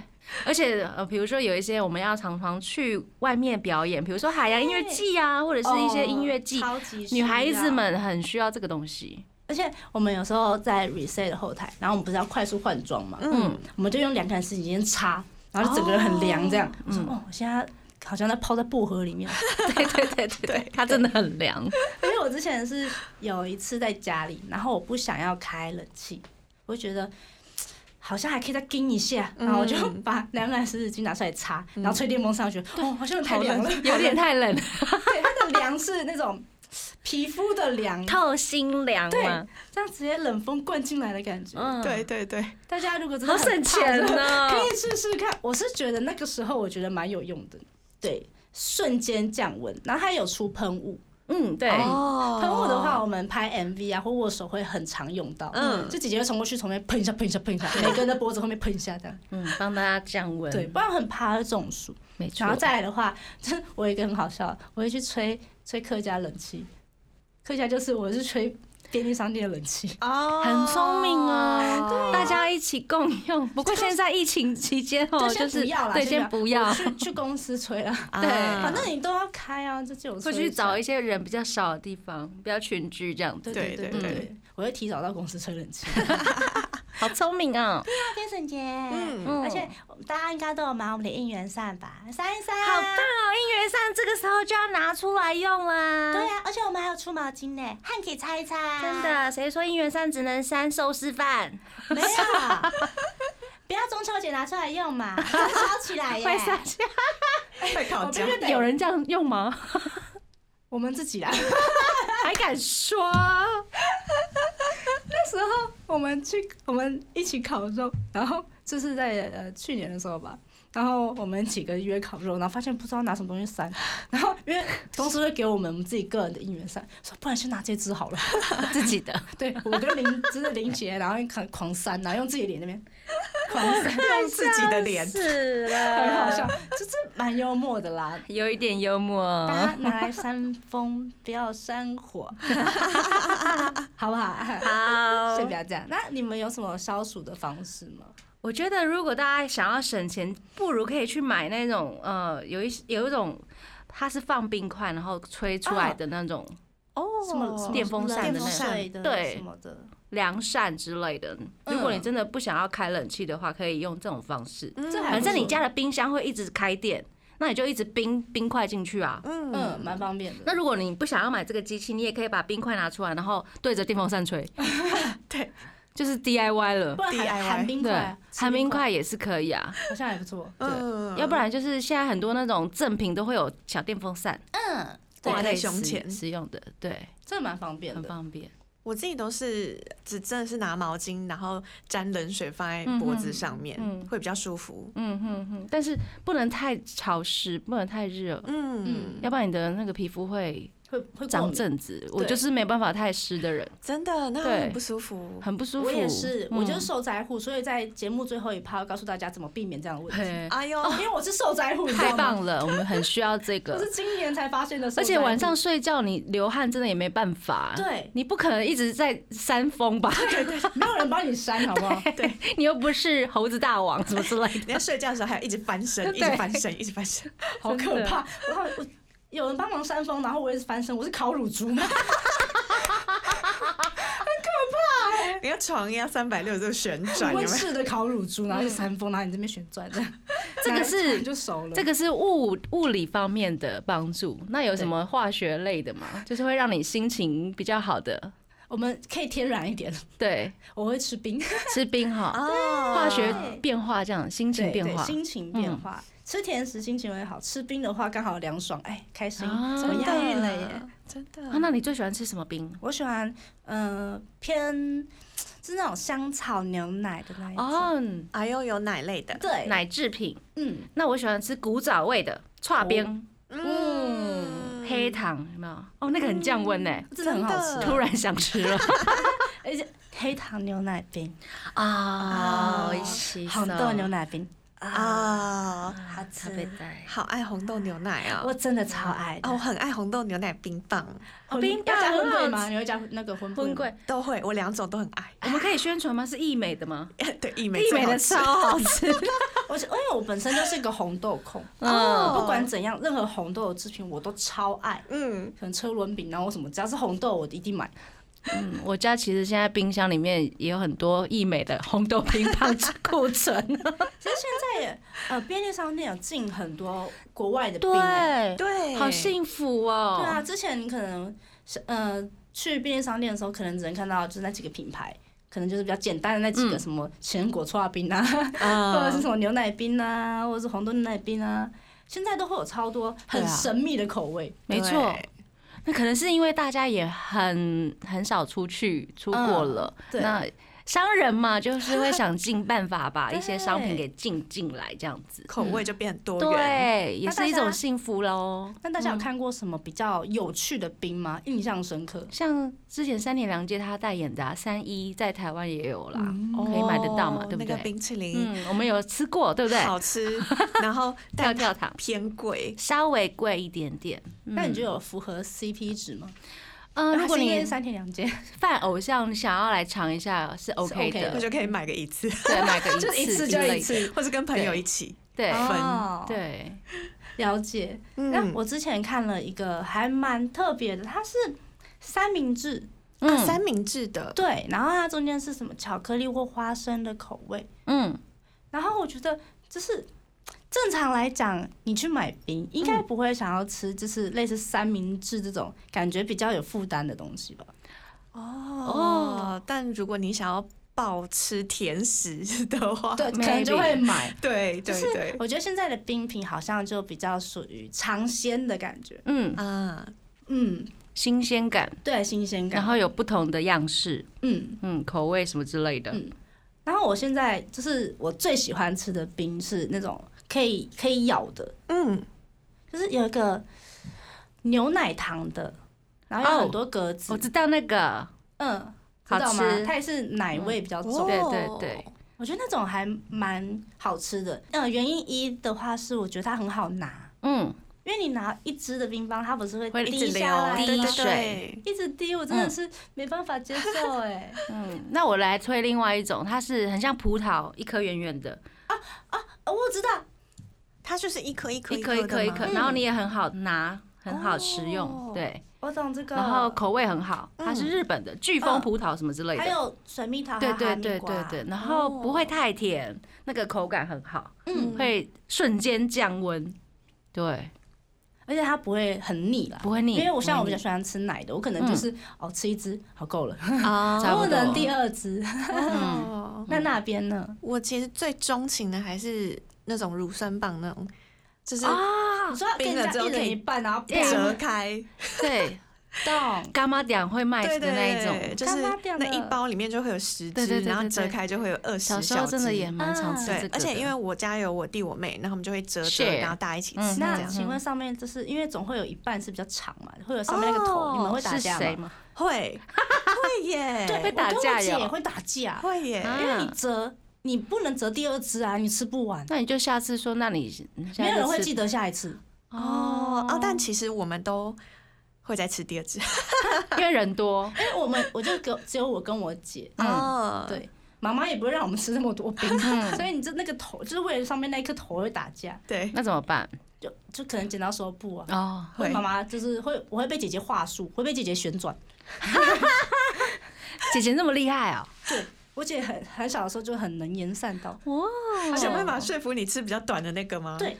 S2: 而且呃，比如说有一些我们要常常去外面表演，比如说海洋音乐季啊，或者是一些音乐季，
S3: 哦超级需
S2: 女孩子
S3: 要。
S2: 们很需要这个东西，
S3: 而且我们有时候在 reset 的后台，然后我们不是要快速换装嘛，
S2: 嗯，
S3: 我们就用凉感湿纸巾擦，然后就整个人很凉这样。
S2: 嗯
S3: 我说哦，我现在好像在泡在薄荷里面，
S2: 对对对对对，它真的很凉，
S3: 因为我之前是有一次在家里，然后我不想要开冷气，我就觉得。嘖好像还可以再叮一下，然后我就
S4: 嗯
S3: 把凉感湿纸巾拿出来擦，然后吹电风扇，我觉得哦，好像太凉了，
S2: 有点太嗯冷，
S3: 对，它的凉是那种皮肤的凉，
S2: 透心凉
S3: 对
S2: 嘛，
S3: 这样直接冷风灌进来的感觉。
S2: 嗯，
S4: 对，对对，
S3: 大家如果真的
S2: 好省钱哦
S3: 呢，
S2: 呢，
S3: 哦可以试试看。我是觉得那个时候我觉得蛮有用的，对，瞬间降温。然后它有出喷雾，
S2: 嗯，对，
S4: 哦
S3: 喷雾的话，我们拍 MV 啊或握手会很常用到。
S4: 嗯
S3: 就姐姐会冲过去，从那边喷一下，喷 一下，喷一下，每个人的脖子后面喷一下，这样
S2: 嗯，帮大家降温，
S3: 对，，不然很怕会中暑。
S2: 没错，
S3: 然后再来的话， 就是我有一个很好笑的，我会去吹吹客家冷气，客家就是我是吹便利商店的冷 气，
S4: 哦，
S2: 很聪明啊，大家一起共 用。不过现在疫情期间哦，
S3: 就
S2: 就
S3: 先
S2: 是
S3: 不要啦
S2: 对，
S3: 先
S2: 先
S3: 不
S2: 不要，
S3: 去去公司吹啊，
S4: 啊，
S2: 对
S3: 反正你都要开啊，这就有
S2: 会
S3: 吹
S2: 去找一
S3: 下。
S2: 些人比较少的地方，不要群居这样子。
S3: 对
S4: 对
S3: 对对
S4: 对
S3: 对
S2: 对
S3: 对，我会提早到公司吹冷气。
S2: 好聪明啊！
S3: 天神姐，
S4: 嗯，
S2: 嗯
S3: 而且 大家应该都有买我们的应援扇吧？扇一扇，
S6: 好
S2: 啊
S6: 棒哦！应援扇这个时候就要拿出来用啦。
S3: 对啊，而且我们还有出毛巾呢，汗可以擦一擦。
S6: 真的，谁说应援扇只能扇寿司 饭？
S3: 没有，不要中秋节拿出来用 嘛，烧起来耶！
S2: 会撒下，
S4: 太靠近，
S2: 有人这样用吗？
S3: 我们自己啦。
S2: 还敢说？
S3: 那时候我们去，我们一起烤肉，然后就是在呃去年的时候吧。然后我们几个约烤肉，然后发现不知道拿什么东西扇，然后因为同事会给我们我们自己个人的应援扇，说不然先拿这支好了。
S2: 自己的，
S3: 对我跟林真的林杰，然后狂狂扇，然后用自己脸那边狂扇，
S4: 用自己的脸，
S2: 是
S3: 很好
S2: 了，
S3: 笑，就是蛮幽默的啦。
S2: 有一点幽默。
S3: 大家拿来扇风，不要扇火， 好不好？
S2: 好
S3: 先不要这样。那你们有什么消暑的方式吗？
S2: 我觉得如果大家想要省钱，不如可以去买那种呃，有一些有一种它是放冰块然后吹出
S3: 啊
S2: 来的那种
S4: 哦
S3: 什么什么
S2: 电风扇的
S4: 电风扇
S2: 那
S3: 水的
S2: 对
S3: 什么的，
S2: 凉扇之类的。
S3: 嗯
S2: 如果你真的不想要开冷气的话，可以用这种方式。
S3: 这还
S2: 嗯反
S3: 不
S2: 正你
S3: 错
S2: 家的冰箱会一直开电，那你就一直冰冰块进去啊。
S4: 嗯，
S3: 嗯蛮方便的。
S2: 那如果你不想要买这个机器，你也可以把冰块拿出来，然后对着电风扇 吹。
S4: 对，
S2: 就是 DIY 了
S3: 不。然含
S4: DIY
S3: 含冰
S2: 对
S3: 块，，啊吃
S2: 寒冰块也是可以啊。
S3: 好像还不错。
S4: 嗯
S2: 要不然就是现在很多那种赠品都会有小电风扇，
S3: 嗯，
S2: 对
S4: 挂在
S2: 可以
S4: 胸
S2: 使
S4: 前
S2: 使用的，对，
S3: 这蛮方便
S2: 很
S3: 的。
S2: 方便。
S4: 我自己都是只真的是拿毛巾，然后沾冷水放在脖子上面，
S2: 嗯嗯
S4: 会比较舒服。
S2: 嗯哼哼，但是不能太潮湿，不能太热，
S4: 嗯，
S2: 要不然你的那个皮肤会
S3: 会会过
S2: 长
S3: 敏。
S2: 疹子，我
S3: 对
S2: 就是没办法太湿的人，
S4: 真的，那
S2: 对
S4: 很不舒服。
S2: 很不舒服。嗯
S3: 我也是，我就是
S2: 是，
S3: 受灾户，所以在节目最后一趴要告诉大家怎么避免这样 的问题。哦
S2: 嘿
S4: 哎呦，
S2: 哦
S3: 因为我是受灾户，啊你知道
S2: 太
S3: 吗
S2: 棒了，我们很需要这
S3: 我
S2: 个
S3: 是。今年才发现的受灾
S2: 而
S3: 户，
S2: 且晚上睡觉你流汗真的也没办法，
S3: 对
S2: 你不可能一直在扇风吧？
S3: 没有人帮你删，好不好？
S2: 你又不是猴子大王什么之类的。
S4: 你在睡觉的时候还要一直翻身，一直翻身，一直 翻身。
S3: 好可怕！然后我有人帮忙扇风，然后我也是翻身，我是烤乳猪吗？
S4: 你要床要三百六十度旋转，有没
S3: 温
S4: 有？
S3: 室的烤乳猪，然后就扇风，然后你这边旋转这样，
S2: 嗯这个
S3: 拿一
S2: 是
S3: 铲就熟了。
S2: 这个是物物理方面的帮助，那有什么化学类的吗？就是会让你心情比较好的，
S3: 我们可以天然一点，
S2: 对，
S3: 我会吃冰，
S2: 吃冰哈，
S4: 哦
S2: 化学变化这样，心情变化嗯
S3: 对，心情变化。吃甜食心情会好，吃冰的话刚好凉爽，哎，开心，
S2: 啊
S3: 怎么
S4: 真
S3: 样？
S4: 的了耶，真
S2: 啊
S4: 的。
S2: 那你最喜欢吃什么冰？
S3: 我喜欢，嗯、偏是那种香草牛奶的那一种，
S2: 哦，
S4: 哎呦，有奶类的，
S3: 对，
S2: 奶制品。
S3: 嗯，
S2: 那我喜欢吃古早味的串
S3: 哦
S2: 冰，
S4: 嗯，
S2: 黑糖有没有？哦，那个很降温呢。
S3: 嗯真的很好吃，
S2: 突然想吃 了
S3: 而且黑糖牛奶冰，
S2: 啊！
S3: 哦
S4: 美味
S2: しそう
S3: 红豆牛奶冰，
S4: 啊，
S3: 好
S6: 食べ
S3: 吃，
S6: たい。
S4: 好爱红豆牛奶啊！
S3: 我真的超爱
S4: 哦，我
S3: 的。
S4: 很爱红豆牛奶冰棒，
S3: 哦
S2: 冰棒
S3: 要加荤桂
S2: 很好
S3: 吗？你会加那个荤
S2: 荤
S3: 吗
S2: 桂，，
S4: 都会，我两种都很爱。
S2: 我们可以宣传吗？是益美的吗？
S4: 对，一美
S2: 益美
S4: 最好
S2: 的
S4: 吃
S2: 超好吃。
S3: 我是因为我本身就是一个红豆控，
S2: 嗯，
S3: 不管怎样，任何红豆的制品我都超爱。
S4: 嗯，
S3: 可能车轮饼，然啊后什么，只要是红豆，我一定买。
S2: 我家其实现在冰箱里面也有很多益美的红豆冰棒 库存。
S3: 其实现在也，呃，便利商店有进很多国外的冰、欸。
S2: 对，
S4: 对，
S2: 好幸福哦。
S3: 对啊，之前你可能是呃去便利商店的时候，可能只能看到就是那几个品牌，可能就是比较简单的那几个
S2: 嗯
S3: 什么全果搓冰啊， 或者
S4: 啊
S3: 是什么牛奶冰啊，或者是红豆牛奶冰啊，现在都会有超多很
S2: 对啊
S3: 神秘的口味。
S2: 没错。那可能是因为大家也很很少出去出国了，
S3: 嗯对
S2: 那商人嘛，就是会想尽办法把
S3: 对
S2: 一些商品给进进来，这样子。
S4: 口味就变多
S2: 嗯
S4: 元。
S2: 对，也
S3: 那大
S2: 是
S3: 家
S2: 一种幸福嗯喽。
S3: 那大家有看过什么比较有趣的冰吗？印象深刻？
S2: 像之前三年良介他代言的啊三一，在台湾也有啦，
S3: 嗯
S2: 可以买得到嘛，
S4: 哦
S2: 对不
S4: 那个
S2: 对？
S4: 冰淇淋
S2: 嗯，我们有吃过，对不对？
S4: 好 吃，然后
S2: 跳
S4: 但
S2: 跳糖
S4: 偏贵，
S2: 稍微贵一点点。
S3: 那你就有符合 CP 值吗？
S2: 嗯，如果
S3: 还是因为
S2: 你
S3: 三天两间，
S2: 犯偶像，你想要来尝一下是 OK
S3: 是 OK
S4: 那
S2: 的，
S4: 就可以买个一次，
S2: 对，买个
S3: 就
S2: 一
S3: 一
S2: 次
S3: 次
S2: 之
S3: 就
S2: 类的，
S3: 一次，啊
S4: 或是跟朋友一起。
S2: 对
S4: 哦
S3: 对，
S2: 对，
S3: 了解。那
S4: 嗯，
S3: 我之前看了一个还蛮特别的，它是三明治，
S2: 嗯
S4: 啊三明治的，
S3: 对，然后它中间是什么巧克力或花生的口味，
S2: 嗯，
S3: 然后我觉得就是正常来讲，你去买冰应该不会想要吃，就是类似三明治这种感觉比较有负担的东西吧？
S4: 哦，但如果你想要暴吃甜食的话，
S3: 对，可
S2: maybe
S3: 能就会买。
S4: 对
S3: 就
S4: 对
S3: 是
S4: 对，
S3: 哦 我觉得现在的冰品好像就比较属于尝鲜的感觉，
S2: 嗯，
S4: 啊，
S3: 嗯，
S2: 新鲜感，
S3: 对，新鲜感。
S2: 然后有不同的样式，
S3: 嗯，
S2: 嗯，口味什么之类的，
S3: 嗯然后我现在就是我最喜欢吃的冰是那种可以可以咬的，
S4: 嗯，
S3: 就是有一个牛奶糖的，然后有
S2: 哦
S3: 很多格子，
S2: 我知道那个，
S3: 嗯，
S2: 好
S3: 知道吗
S2: 吃？
S3: 它也是奶味比较重，
S2: 对
S4: 哦
S2: 对对，
S3: 我觉得那种还蛮好吃的。嗯、原因一的话是我觉得它很好拿，
S2: 嗯，
S3: 因为你拿一支的冰棒，它不是
S2: 会
S3: 会
S2: 一
S3: 滴
S2: 直
S3: 下来
S2: 流滴嗯
S3: 吗，
S4: 对
S2: 水
S4: 对
S3: 一直滴，我真的是没办法接受哎、
S2: 嗯，那我来推另外一种，它是很像葡萄，一颗圆圆的，
S3: 哦，我知道，
S4: 它就是一颗一颗
S2: 一颗一颗
S4: 的
S2: 一
S4: 吗
S2: 颗，
S3: 嗯
S2: 然后你也很好拿，很好食用，
S4: 哦
S2: 对，
S3: 我懂这 个。
S2: 然后口味很好，它是日本的飓风
S3: 嗯
S2: 葡萄什么之类
S3: 还
S2: 的。
S3: 有水蜜桃，
S2: 对
S3: 还
S2: 对
S3: 有哈密
S2: 对
S3: 瓜哦
S2: 对对，然后不会太甜，那个口感很好，
S3: 嗯，
S2: 会瞬间降温，对，
S3: 而且它不会很腻啦。
S2: 不会腻。
S3: 因为我像我
S2: 不
S3: 比
S2: 会腻嗯
S3: 较喜欢吃奶的，我可能就是、哦吃一支好够了，
S2: 差不
S3: 不能
S2: 多，嗯
S3: 第二支。
S4: 哦。
S3: 那那边呢？
S4: 我其实最钟情的还是那种乳酸棒那种，就是
S2: 啊，
S3: 你说要跟
S4: 冰了
S3: 人
S4: 之
S3: 家
S4: 后
S3: 一啊
S4: 可
S3: 人
S4: 以
S3: 一半，然后
S2: 对啊
S3: 啪
S4: 折开，
S2: 对，
S3: 懂。
S2: 干妈点会卖
S4: 对
S2: 的
S4: 对
S2: 那一种。
S4: 对，就是
S3: 干妈店
S4: 那
S3: 的
S4: 一包里面就会有十
S2: 对对
S4: 只，
S2: 对对
S4: 然后折
S2: 对
S4: 开就会有二十
S2: 小时候真的
S4: 只
S2: 也
S3: 嗯
S2: 蛮常吃这
S4: 对
S2: 个，的，
S4: 而且因为我家有我弟我妹，然后我们就会折折，
S2: Share
S4: 然后大家一起
S2: 嗯
S4: 吃这
S3: 那
S4: 样。
S3: 请问上面就是因为总会有一半是比较长嘛，会有上面那个头，
S2: 哦
S3: 你们会打架
S2: 是谁
S3: 吗？
S4: 会会
S3: 对，
S4: 耶，
S2: 会打架
S3: 我跟我姐
S2: 哟
S3: 也会打架，
S4: 会耶，
S2: 啊
S3: 因为你折你不能折第二只啊，你吃不完，
S2: 那你就下次说，那你
S3: 没有人会记
S2: 得
S3: 得下一次。
S4: 哦哦，但其实我们都会再吃第二只。
S2: 因为人多，
S3: 因为我们我就跟只有我跟我姐，
S4: 哦，
S3: 对，妈妈也不会让我们吃那么多冰，
S2: 嗯
S3: 所以你这那个头就是为了上面那一颗头会打架，
S4: 对，
S2: 那怎么办？
S3: 就就可能剪刀石头布啊。
S2: 哦，
S3: 会
S4: 会
S3: 妈妈就是会，我会被姐姐话术，会被姐姐旋转。
S2: 姐姐那么厉害哦，
S3: 我姐很很小的时候就很能言善道，
S2: 哇，
S3: 哦
S4: 他想办法说服你吃比较短的那个吗？
S3: 对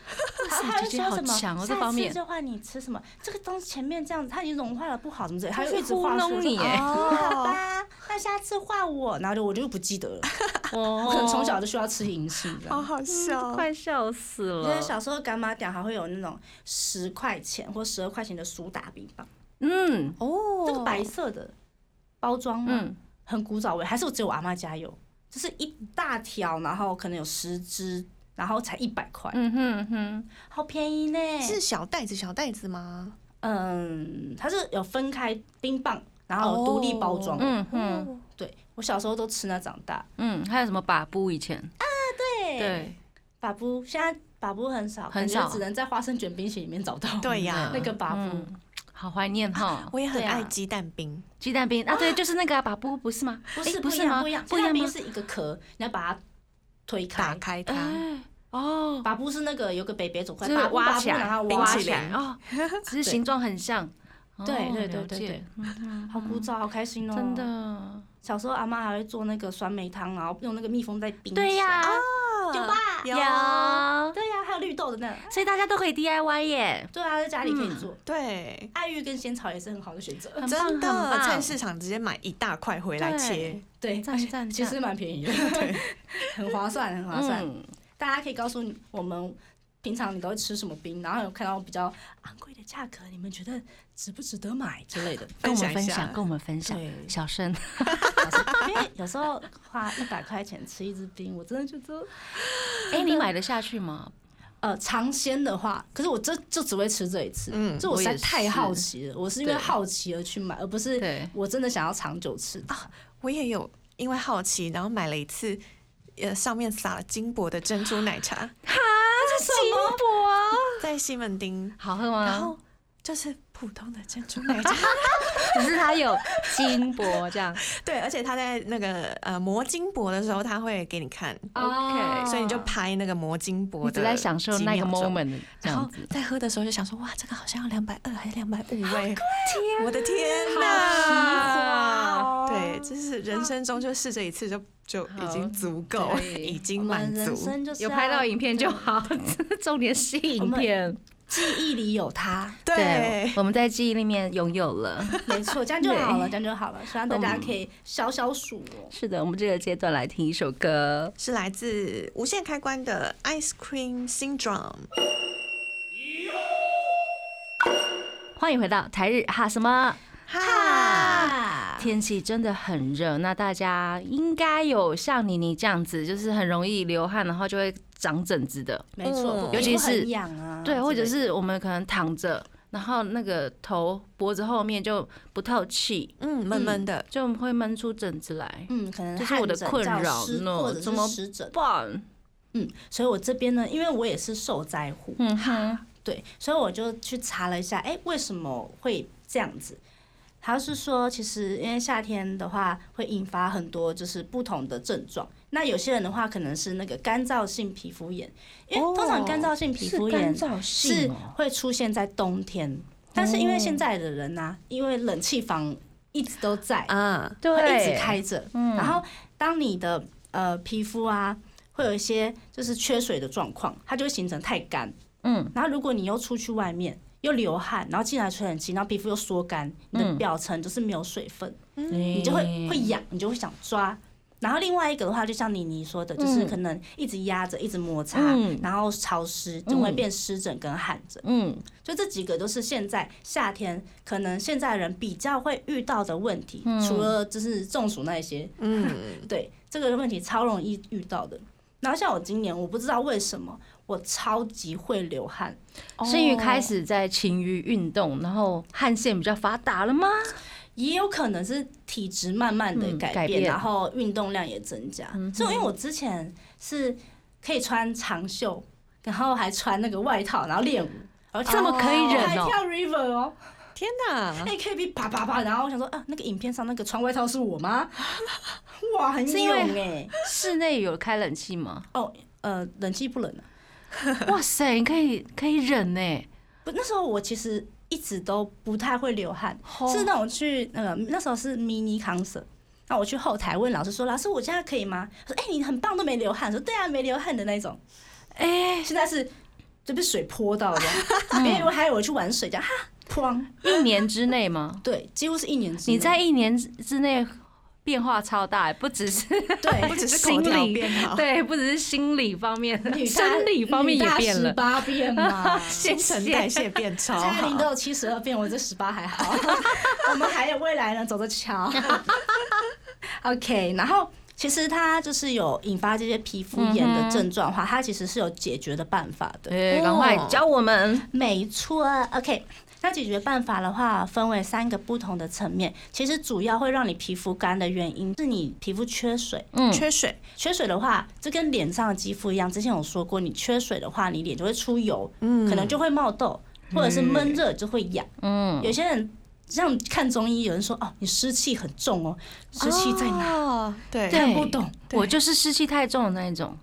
S3: 她
S2: 塞
S3: 她会
S2: 姐姐
S3: 说
S2: 好
S3: 什么？
S2: 强哦这
S3: 下
S2: 方
S3: 次
S2: 面
S3: 就换你吃什么？这个东西前面这样子，它已经融化了，不好，怎么怎么，她
S2: 她
S3: 就一
S2: 是
S3: 直
S2: 糊
S3: 话术
S2: 弄你
S3: 说
S2: 耶
S3: 哦 好吧，那下次换我，然后就我就不记得了。
S2: 哦
S3: 我可能从小就需要吃银杏，这样
S4: 好好
S2: 嗯
S4: 笑。
S6: 快笑死
S3: 我觉得
S6: 了！
S3: 哦小时候干妈店还会有那种十块钱或十二块钱的苏打冰棒，
S2: 嗯
S4: 哦
S3: 这个白色的包装嘛，
S2: 嗯，
S3: 很古早味，还是只有我阿妈家有，就是一大条，然后可能有十只，然后才一百块，
S2: 嗯哼哼，
S3: 好便宜呢。
S4: 是小袋子，小袋子吗？
S3: 嗯，它是有分开冰棒，然后有独立包装。
S2: 嗯哼，
S3: 对我小时候都吃那长大。
S2: 嗯，还有什么把布以前？
S3: 对，
S2: 对，
S3: 把布现在把布很少，
S2: 很
S3: 感觉
S2: 少
S3: 只能在花生卷冰淇淋里面找到。
S4: 对呀
S3: 那，个把布。
S2: 嗯好怀念哈，
S4: 我也很
S3: 对啊
S4: 爱鸡蛋冰。
S2: 鸡蛋冰啊，对，就是那个啊把布不是吗？
S3: 不
S2: 诶
S3: 是
S2: 不
S3: 不
S2: 是
S3: 一
S2: 吗？
S3: 样，不一样，
S2: 不
S3: 不
S2: 一
S3: 一
S2: 样
S3: 样。
S2: 吗
S3: 冰？是一个壳，你要把它推
S4: 打开
S3: 开。
S4: 它，
S2: 哎，哦，
S3: 把布是那个有个北北走过
S2: 就
S3: 来，
S2: 是
S3: 把布
S2: 挖
S3: 把布
S2: 起来，
S3: 然后
S4: 冰
S3: 挖
S4: 淇
S2: 挖
S4: 淋
S2: 起来哦，只是形状很像。哦
S3: 对对对
S2: 了
S3: 对
S2: 解
S3: 对好枯燥，好开心哦！
S2: 嗯真，的，
S3: 小时候阿妈还会做那个酸梅汤，然后用那个蜜蜂在冰。
S2: 对，呀，
S3: 有吧？
S4: 有
S3: 对呀，还有绿豆的那。
S2: 所以大家都可以 DIY 耶，
S3: 对啊，在家里可以做。
S4: 对，
S3: 爱玉跟仙草也是很好的选择。
S2: 很棒
S4: 真
S2: 很
S4: 的
S2: 棒，
S4: 菜市场直接买一大块回来切
S2: 对。
S3: 对，
S2: 赞赞
S3: 其
S2: 赞
S3: 实蛮便宜的，很划算，很划算。
S2: 嗯，
S3: 大家可以告诉我们，平常你都会吃什么冰，然后有看到比较昂贵的价格，你们觉得值不值得买之类的。
S2: 跟我们
S4: 分
S2: 分
S4: 享一下
S2: 享，跟我们分享，
S3: 对
S2: 小 生，
S3: 因为有时候花一百块钱吃一支冰，我真的觉得，
S2: 哎，你买得下去 吗？
S3: 呃，尝鲜的话，可是我这就只会吃这一次，
S4: 嗯
S3: 这我实
S2: 我
S3: 在
S2: 也是
S3: 太好奇了，我是因为
S2: 对
S3: 好奇而去买，而不是
S2: 对，
S3: 我真的想要长久吃。啊
S4: 我也有因为好奇，然后买了一次，呃，上面撒了金箔的珍珠奶茶，
S2: 金箔
S4: 在西 门町，
S2: 好喝
S4: 然
S2: 吗？
S4: 后就是普通的珍珠 奶茶，
S2: 只是它有金箔这 样
S4: 对，而且他在那个呃磨金箔的时候，他会给你看，
S2: ，OK，
S4: 所以你就拍那个磨金
S2: 哦
S4: 箔
S2: 你
S4: 的，
S2: 只在享受那个 moment 这
S4: 然
S2: 样
S4: 后
S2: 子，
S4: 在喝的时候就想说，哇，这个好像要两百二还是两百五哎，
S2: 啊
S4: 我的天哪！对，就是人生中就试这一次就就已经足够
S2: 好，可以
S4: 已经
S3: 我
S4: 满
S3: 们
S4: 足
S3: 人。生就
S2: 哦
S3: 是
S2: 有拍
S3: 要
S2: 到影片就好， 重点是
S3: 我
S2: 影
S3: 们
S2: 片。
S3: 记忆里有它，
S4: 对，
S2: 我们在记忆里面拥有了。
S3: 没错，这样就好了，这样就好了。希望大
S2: 嗯
S3: 家可以小小数哦。
S2: 是的，我们这个阶段来听一首歌。
S4: 是来自无限开关的 Ice Cream Syndrome。
S2: 欢迎回到台日哈什么？啊
S4: 哈，
S2: 天气真的很热，那大家应该有像妮妮这样子，就是很容易流汗，然后就会长疹子的。
S3: 没错，
S2: 嗯尤其是
S3: 很痒啊，
S2: 对，或者
S3: 之类的
S2: 是我们可能躺着，然后那个头脖子后面就不透气，
S4: 嗯，闷闷的，
S2: 就会闷出疹子来。
S3: 嗯，可能
S2: 这是我的
S3: 汗疹
S2: 困扰
S3: 燥湿
S2: 呢
S3: 或者
S2: 怎么
S3: 是湿疹，
S2: 棒，
S3: 嗯，所以我这边呢，因为我也是受灾户，
S2: 嗯哼，
S3: 对，所以我就去查了一下，哎，为什么会这样子？他是说，其实因为夏天的话会引发很多就是不同的症状。那有些人的话可能是那个干燥性皮肤炎，因为通常哦干燥哦性皮 肤炎是会出现在冬天，但是因为现在的人呐、因为冷气房一直都在，
S4: 啊，
S3: 会一直开着，然后当你的呃皮肤啊会有一些就是缺水的状况，它就会形成太干，嗯，然后如果你又出去外面又流汗，然后进来吹冷气，然后皮肤又缩干，你的表层就是没有水分，
S2: 你
S3: 你就会会痒，你就会想抓，然后另外一个的话，就像妮妮说的，就是可能一直压着，一直摩擦，
S2: 嗯
S3: 然后潮湿就会变湿疹跟汗疹。
S2: 嗯，
S3: 就这几个都是现在夏天可能现在人比较会遇到的问题，
S2: 嗯
S3: 除了就是中暑那一些，
S4: 嗯，
S3: 对这个问题超容易遇到的。然后像我今年，我不知道为什么我超级会流汗，
S2: 生鱼开始在勤于运动，然后汗腺比较发达了吗？
S3: 也有可能是体质慢慢的
S2: 嗯
S3: 改变，
S2: 改变嗯
S3: 然后运动量也增加。所以因为我之前是可以穿长袖，然后还穿那个外套，然后练舞，而且
S2: 这么可以
S3: 我还
S2: 忍哦、
S3: 跳 River 哦
S4: 天哪，
S3: ，AKB 啪啪啪，然后我想说啊，那个影片上那个穿外套是 我吗？哇，很
S2: 是因
S3: 勇
S2: 为
S3: 哎、
S2: 室内有开冷气吗？
S3: 呃，冷气不冷啊？
S2: 哇塞，你可以可以忍呢、
S3: 不，那时候我其实一直都不太会流汗，是那种去那个那时候是 mini concert，那我去后台问老师说：“老师，我现在可以吗？”他说：“哎、你很棒，都没流汗。”说：“对啊，没流汗的那种。”哎，现在是就被水泼 到的，
S2: 嗯
S3: 别人还以为我去玩水，这样哈，哐，
S2: 一年之内 吗？
S3: 对，几乎是一年之内
S2: 你在一年之内变化超大、不只是
S4: 不
S3: 对。
S4: 只是
S2: 心
S4: 口条
S2: 理
S4: 变好，
S2: 对，不只是心理方面，
S3: 女大
S2: 生理方面也变
S3: 十
S2: 了。
S3: 八 变嘛，
S4: 新陈代谢变超
S3: 蔡依林都
S4: 好。
S3: 有七十二变，我这十八还好。我们还有未来呢，走着瞧。OK，然后其实它就是有引发这些皮肤炎的症状的话，它其实是有解决的办法的。
S2: 对，赶快教我们。
S3: 没错，OK。那解决办法的话，分为三个不同的层面。其实主要会让你皮肤干的原因是你皮肤缺水。
S2: 嗯，
S4: 缺水，
S3: 缺水的话，这跟脸上的肌肤一样，之前有说过，你缺水的话，你脸就会出油，
S4: 嗯
S3: 可能就会冒痘，或者是闷热就会痒。嗯，有些人像看中医，有人说哦，你湿气很重哦，湿气
S4: 啊
S3: 在哪？
S4: 哪？哦对，
S2: 对
S3: 看不懂。
S2: 我就是湿气太重的那一种。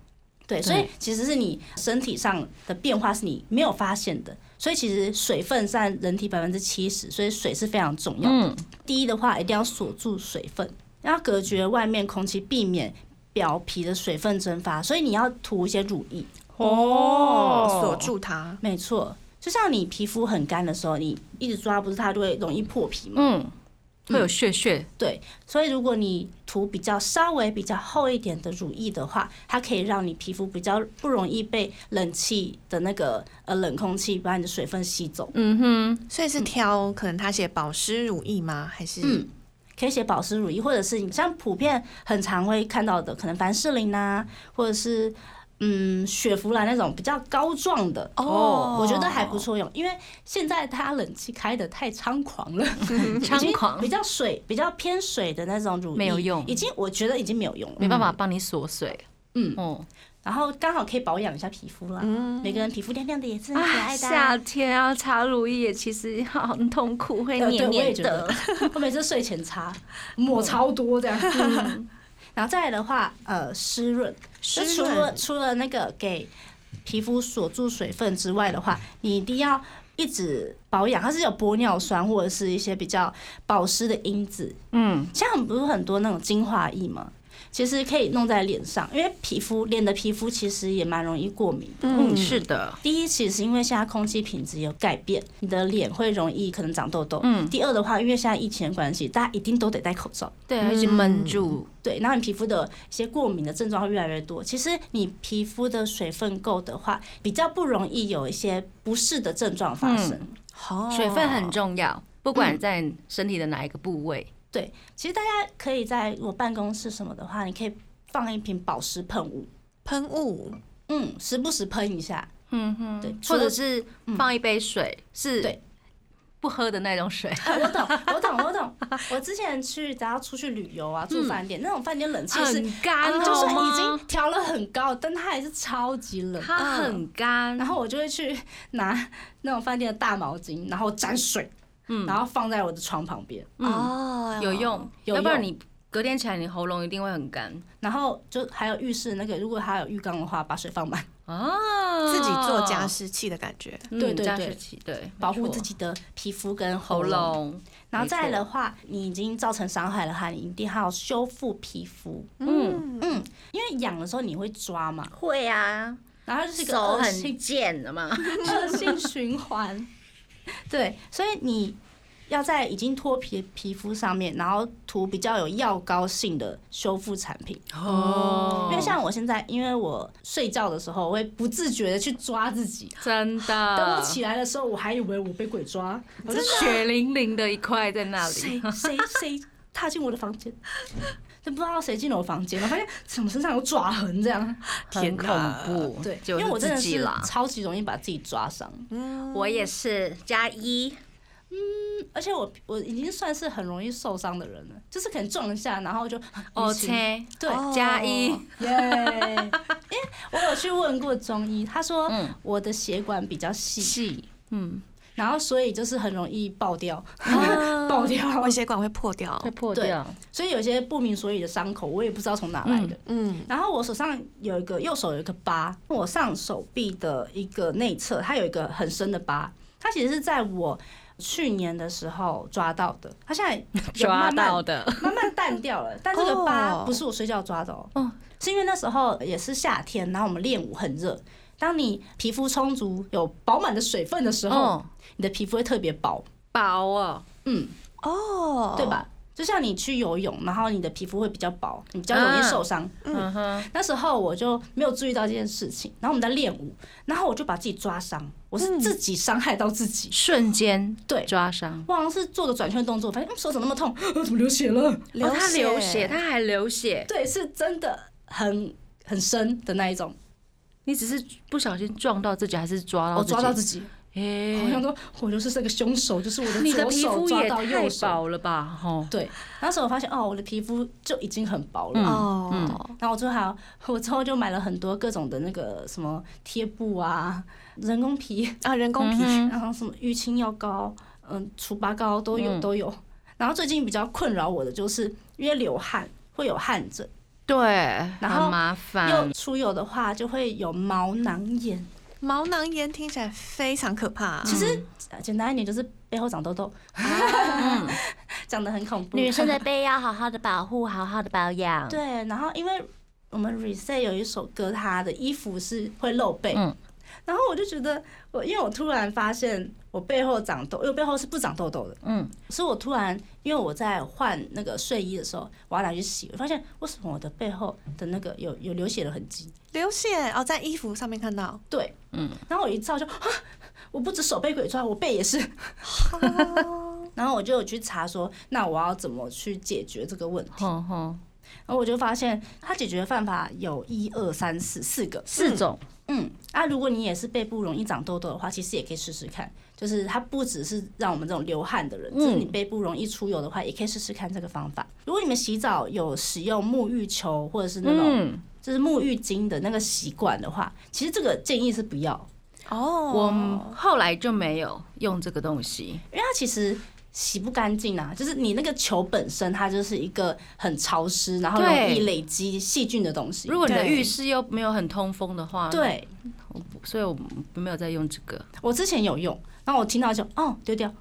S3: 对，所以其实是你身体上的变化是你没有发现的。所以其实水分占人体百分之七十，所以水是非常重要的。
S2: 嗯，
S3: 第一的话，一定要锁住水分，要隔绝外面空气，避免表皮的水分蒸发。所以你要涂一些乳液。
S4: 哦，锁住它，
S3: 没错，就像你皮肤很干的时候，你一直抓不是它就会容易破皮嘛。
S2: 嗯，会有血血。
S3: 对，所以如果你涂比较稍微比较厚一点的乳液的话，它可以让你皮肤比较不容易被冷气的那个呃冷空气把你的水分吸走。
S2: 嗯哼，
S4: 所以是挑可能他写保湿乳液吗？还是
S3: 嗯可以写保湿乳液，或者是你像普遍很常会看到的，可能凡士林啊，或者是嗯雪佛兰那种比较膏状的
S4: 哦
S3: 我觉得还不错用，因为现在它冷气开的太猖狂了，
S2: 猖狂
S3: 比较水比较偏水的那种乳液
S2: 没有用
S3: 已经我觉得已经没有用了
S2: 没。办法帮你锁水。
S3: 嗯
S2: 哦，
S3: 然后刚好可以保养一下皮肤啦，每个人皮肤亮亮的也是很可
S2: 啊，
S3: 爱的啊、
S2: 夏天要擦乳液，其实很痛苦，会
S3: 呃对
S2: 黏
S3: 我也
S2: 黏
S3: 觉
S2: 的
S3: 得。 我每次睡前擦，抹超多这样。 然后再来的话，呃，湿润，就
S4: 湿
S3: 除了
S4: 润
S3: 除了那个给皮肤锁住水分之外的话，你一定要一直保养。它是有玻尿酸或者是一些比较保湿的因子，
S2: 嗯，
S3: 像不是很多那种精华液吗？其实可以弄在脸上，因为皮肤脸的皮肤其实也蛮容易过敏的。
S2: 嗯，是的，
S3: 第一，其实是因为现在空气品质有改变，你的脸会容易可能长痘痘。嗯。第二的话，因为现在疫情的关系，大家一定都得戴口罩。
S2: 对，一直闷住。
S3: 对，然后你皮肤的一些过敏的症状会越来越多。其实你皮肤的水分够的话，比较不容易有一些不适的症状发生。
S2: 嗯
S4: 好
S2: 水分很重要，不管在身体的哪一个部位。
S3: 对，其实大家可以在我办公室什么的话，你可以放一瓶保湿喷雾，
S4: 喷雾，
S3: 嗯，时不时喷一下。
S2: 嗯哼，
S3: 对，除
S2: 或
S3: 了
S2: 者是嗯放一杯水，是
S3: 对
S2: 不喝的那种 水。
S3: 哎我懂，我懂，我懂。我之前去只要出去旅游啊，住饭店、那种饭店冷气是
S2: 嗯很干
S3: 啊就
S2: 好
S3: 是已
S2: 吗
S3: 经调了很高，但它还是超级冷。嗯
S2: 它很干，
S3: 然后我就会去拿那种饭店的大毛巾，然后沾水，
S2: 嗯
S3: 然后放在我的床旁边，
S2: 嗯
S4: 哦
S2: 有用，
S3: 有
S2: 要不然
S3: 用
S2: 你隔天起来你喉咙一定会很干
S3: 然后就还有浴室那个，如果它有浴缸的话，把水放满，
S2: 哦。
S4: 自己做加湿器的感觉，
S2: 嗯，
S3: 对对
S2: 加
S3: 对
S2: 湿器，对，
S3: 保护
S2: 没错
S3: 自己的皮肤跟
S2: 喉
S3: 喉咙。
S2: 咙。
S3: 然后再来
S2: 没错
S3: 的话，你已经造成伤害了它，你一定还要修复皮肤，
S2: 嗯，
S3: 因为痒的时候你会抓嘛，
S6: 会啊，
S3: 然后它就是一个
S6: 手
S3: 恶
S6: 很
S3: 性
S6: 贱的嘛。
S3: 恶性循环。对，所以你要在已经脱皮的皮肤上面，然后涂比较有药膏性的修复产品。
S2: 哦
S3: 因为像我现在，因为我睡觉的时候，我会不自觉的去抓自己。
S2: 真 的，
S3: 等我起来的时候，我还以为我被鬼抓，我就
S2: 血淋淋的一块在那里
S3: 谁。谁谁踏进我的房间，就不知道谁进了我房间，我发现怎么身上有爪 痕这样。
S2: 很恐怖，
S3: 对，因
S2: 就
S3: 为我真的
S2: 自己
S3: 是
S2: 啦。
S3: 超级容易把自己抓伤，
S6: 我也是加一，
S3: 而且我我已经算是很容易受伤的人了，就是可能撞一下，然后就
S2: 哦，
S3: 淤青
S2: 切，哦
S3: 对，
S2: 加一，
S3: 耶！因为我有去问过中医，他说
S2: 嗯
S3: 我的血管比较细，
S2: 气，嗯，
S3: 然后所以就是很容易爆掉，
S2: 啊
S3: 爆掉
S4: 我。血管会破掉。
S2: 会破
S3: 对
S2: 掉，
S3: 所以有些不明所以的伤口，我也不知道从哪来的。
S4: 嗯，
S3: 然后我手上有一个右手有一个疤，我上手臂的一个内侧，它有一个很深的疤，它其实是在我去年的时候抓到的，它现在有
S2: 抓
S3: 慢慢
S2: 到的。
S3: 慢慢淡掉了。但这个
S4: 哦
S3: 疤不是我睡觉抓的哦，
S2: 哦
S3: 是因为那时候也是夏天，然后我们练舞很热。当你皮肤充足、有饱满的水分的时候，
S2: 哦，
S3: 你的皮肤会特别薄，
S2: 薄哦，
S3: 嗯，
S4: 哦，
S3: 对？吧？就像你去游泳，然后你的皮肤会比较薄，你比较容易受伤。
S2: 嗯哼，
S3: 那时候我就没有注意到这件事情，然后我们在练舞，然后我就把自己抓伤，我是自己伤害到自己。
S2: 瞬间
S3: 对
S2: 抓伤。
S3: 我好像是做个转圈动作，发现嗯手怎么那么痛， 呃怎么流血了？
S2: 哦，他流血，他还流血，
S3: 对，是真的很很深的那一种。
S2: 你只是不小心撞到自己，还是哦抓到
S3: 我哦抓到
S2: 己？
S3: 自己，哦
S2: 哎
S3: 好像说我就是这个凶手，就是我的
S2: 你的
S3: 左
S2: 皮
S3: 手
S2: 肤
S3: 抓
S2: 也
S3: 到
S2: 太
S3: 右手。
S2: 薄了吧？吼，
S3: 对，那时候我发现哦，我的皮肤就已经很薄了。
S2: 嗯
S4: 哦，
S3: 然后我最好，我之后就买了很多各种的那个什么贴布啊、人工皮，
S4: 啊，人工皮，
S2: 嗯哼
S3: 然后什么淤青药膏、嗯除疤膏都有
S2: 嗯
S3: 都有。然后最近比较困扰我的就是因为流汗会有汗疹，
S2: 对，
S3: 然
S2: 很
S3: 后
S2: 麻
S3: 又
S2: 烦。
S3: 出油的话就会有毛囊炎。
S4: 毛囊炎听起来非常可怕。
S2: 嗯
S3: 其实呃简单一点就是背后长痘痘，
S2: 嗯
S3: 长得很恐 怖。
S6: 女生的背要好好的保护，好好的保养。
S3: 对，然后因为我们 Reset 有一首歌，它的衣服是会露背，
S2: 嗯
S3: 然后我就觉得我，因为我突然发现我背后长痘，因为我背后是不长痘痘的，
S2: 嗯，
S3: 所以我突然因为我在换那个睡衣的时候，我要拿去洗，我发现为什么我的背后的那个有有流血的痕迹，
S4: 流血哦，在衣服上面看到，
S3: 对，
S2: 嗯，
S3: 然后我一照就， 啊我不止手被鬼抓，我背也是， 然后我就有去查说，那我要怎么去解决这个问题？
S2: 吼吼，
S3: 然后我就发现，它解决办法有一二三四四个。
S2: 四种，
S3: 嗯，啊，如果你也是背部容易长痘痘的话，其实也可以试试看。就是它不只是让我们这种流汗的人，就是
S2: 嗯
S3: 你背部容易出油的话，也可以试试看这个方法。如果你们洗澡有使用沐浴球或者是那种
S2: 嗯，
S3: 就是沐浴巾的那个习惯的话，其实这个建议是不要，
S4: 哦，
S2: 我后来就没有用这个东西。
S3: 因为它其实。洗不干净啊，就是你那个球本身，它就是一个很潮湿，然后容
S2: 对
S3: 易累积细菌的东西。
S2: 如果你的
S4: 对
S2: 浴室又没有很通风的话，，
S3: 对
S2: 所以我没有在用这个。
S3: 我之前有用，然后我听到就哦丢掉，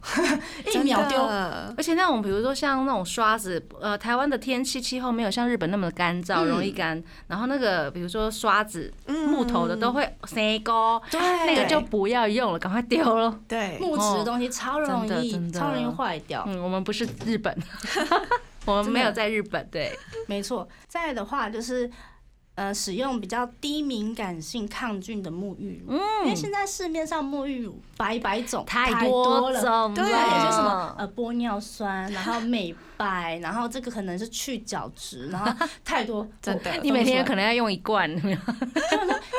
S3: 一秒丢，
S4: 丢，
S2: 而且那种比如说像那种刷子，呃，台湾的天气气候没有像日本那么干燥，容易干。然后那个比如说刷子，
S4: 嗯
S2: 木头的都会塞沟，
S3: 对，
S2: 那个就不要用了，赶快丢了。
S4: 对，
S3: 木质的东西超容
S2: 真的
S3: 易，
S2: 真的
S3: 超容易坏掉。
S2: 嗯，我们不是日 本，我们没有在日本，对，
S3: 没错，再来的话就是。呃，使用比较低敏感性抗菌的沐浴
S2: 嗯
S3: 乳，因为现在市面上沐浴乳百百种，太
S2: 多
S3: 了，
S2: 种
S4: 对
S3: 还有些什么
S2: 了
S3: 呃玻尿酸，然后美白， 然后这个可能是去角质，然后太多，哦
S4: 真的
S2: 你每天
S3: 能。
S2: 可能要用一罐，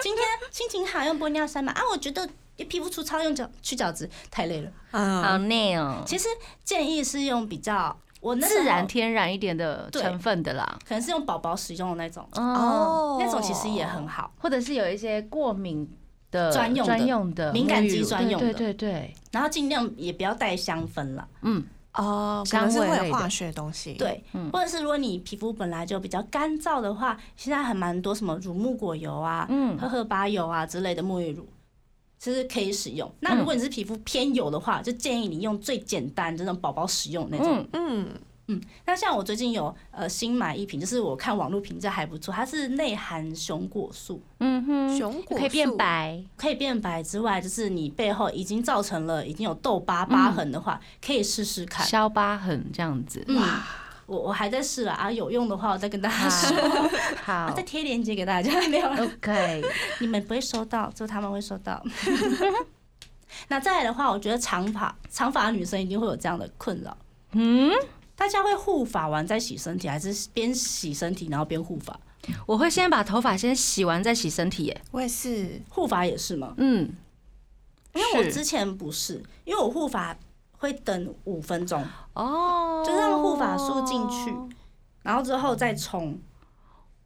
S3: 今天心情好用玻尿酸嘛？啊，我觉得皮肤粗糙用角去角质太累了。
S2: 好
S4: 嗯，
S2: 内哦，
S3: 其实建议是用比较我那时候
S2: 自然天然一点的
S3: 对
S2: 成分的啦。
S3: 可能是用宝宝使用的那种，
S2: 哦，
S4: 哦，
S3: 那种其实也很好。
S2: 或者是有一些过敏的
S3: 专用的
S2: 专用的
S3: 敏感
S2: 沐
S3: 肌
S2: 浴乳
S3: 专用
S2: 对
S3: 的
S2: 对对，
S3: 然后尽量也不要带香氛了，
S2: 嗯，
S4: 哦，可
S2: 香
S4: 能是
S2: 味
S4: 会
S2: 类
S4: 有
S2: 的
S4: 化学的东西，，
S3: 对，嗯或者是如果你皮肤本来就比较干燥的话，现在还蛮多什么乳木果油啊、
S2: 嗯
S3: 荷荷巴油啊之类的沐浴乳。其实可以使用。那如果你是皮肤偏油的话，就建议你用最简单这种宝宝使用的那种。
S2: 嗯，
S4: 嗯，
S3: 嗯，那像我最近有呃新买一瓶，就是我看网络评价还不错，它是内含熊果素，
S2: 嗯哼，
S4: 熊果
S2: 可以变
S4: 素，
S2: 白，
S3: 可以变白之外，就是你背后已经造成了已经有痘疤疤痕的话，可以试试看。
S2: 消疤痕这样子。
S3: 嗯，我我还在试了啊，有用的话我再跟大家说，
S2: 好
S3: 啊、再贴链接给大家，没有啦
S2: ，OK，
S3: 哦你们不会收到，只有他们会收到。 那再来的话，我觉得长发长发的女生一定会有这样的困扰，
S2: 嗯，
S3: 大家会护发完再洗身体，还是边洗身体然后边护发？
S2: 我会先把头发先洗完再洗身体耶。
S4: 我也是，
S3: 护发也是吗？
S2: 嗯，
S3: 因为我
S2: 是
S3: 之前不是，因为我护发会等五分钟，
S2: 哦，
S3: 就让护发素进去，然后之后再冲。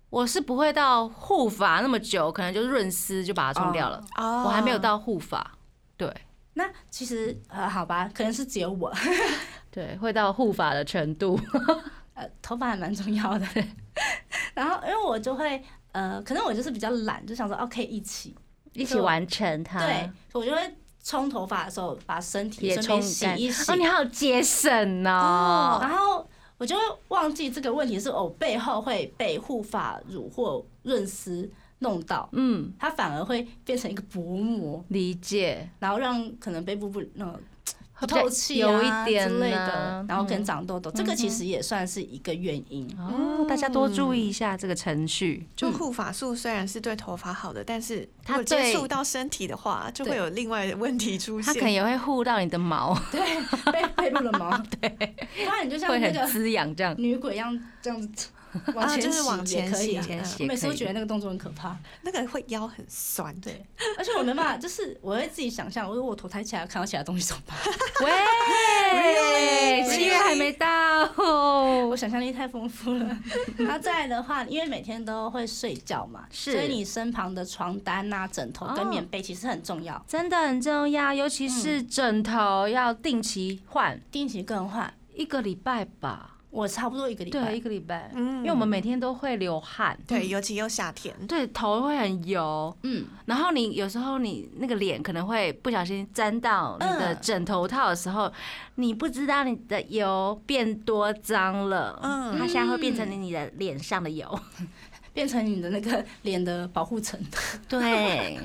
S2: 我是不会到护发那么久，可能就润丝就把它冲掉了。
S4: 哦
S2: 我还没有到嗯护发，对
S3: 那其实呃，好吧，可能是只有我，
S2: 对，会到护发的程度。
S3: 呃，头发还蛮重要的。 然后因为我就会呃，可能我就是比较懒，就想说哦可以一起，
S2: 一起完成它。
S3: 对，我就会冲头发的时候把身体
S2: 啊也
S3: 顺
S2: 冲
S3: 便洗
S2: 干
S3: 一洗
S2: 哦，，你好节省
S3: 哦
S2: 哦。
S3: 然后我就会忘记这个问题是我背后会被护发乳或润丝弄到，
S2: 嗯，
S3: 它反而会变成一个薄膜，
S2: 理解，
S3: 然后让可能背部不那个不
S2: 会比较
S3: 透气啊
S2: 有一点
S3: 之类的
S2: 呢，
S3: 然后跟
S2: 嗯
S3: 长痘痘，这个其实也算是一个原因。
S2: 哦，大家多注意一下这个程序。
S4: 就护发素虽然是对头发好的，但是如
S2: 它
S4: 果接
S2: 对
S4: 触到身体的话，就会
S3: 对
S4: 有另外的问题出
S2: 它可能
S4: 现。
S2: 也会护到你的毛，
S3: 对，背背部的 毛，对，不然你就像
S2: 会
S3: 那
S2: 很
S3: 个
S2: 滋养 这样。
S3: 女鬼一样这样子往
S4: 啊，
S3: 前
S4: 就是往
S3: 洗也
S4: 前
S3: 可以
S4: 洗
S3: 啊。
S2: 前洗
S3: 我
S2: 也
S3: 每次都
S2: 可以嗯
S3: 觉得那个动作很可怕，
S4: 那个会腰很酸。
S3: 对而且我没 办法，就是我会自己想象，如果我头抬起来看到其他东西怎么办？
S2: 喂，七月还没到
S3: 我想象力太丰富 了。然后再来的话，因为每天都会睡觉嘛，
S2: 是
S3: 所以你身旁的床单啊、枕头跟
S2: 哦
S3: 棉被其实很重要，
S2: 真的很重要，尤其是枕头要定期换，
S3: 定期更换。
S2: 一个礼拜吧，
S3: 我差不多一个礼
S2: 对，一
S3: 拜，
S2: 个礼拜，
S4: 嗯
S2: 因为我们每天都会流汗，
S4: 对，尤其又夏天，
S2: 对，头会很油，
S3: 嗯，
S2: 然后你有时候你那个脸可能会不小心沾到你的
S3: 嗯
S2: 枕头套的时候，你不知道你的油变多脏了，
S4: 嗯
S2: 它现在会变成你的脸上的油，
S3: 变成你的那个脸的保护层。
S2: 对，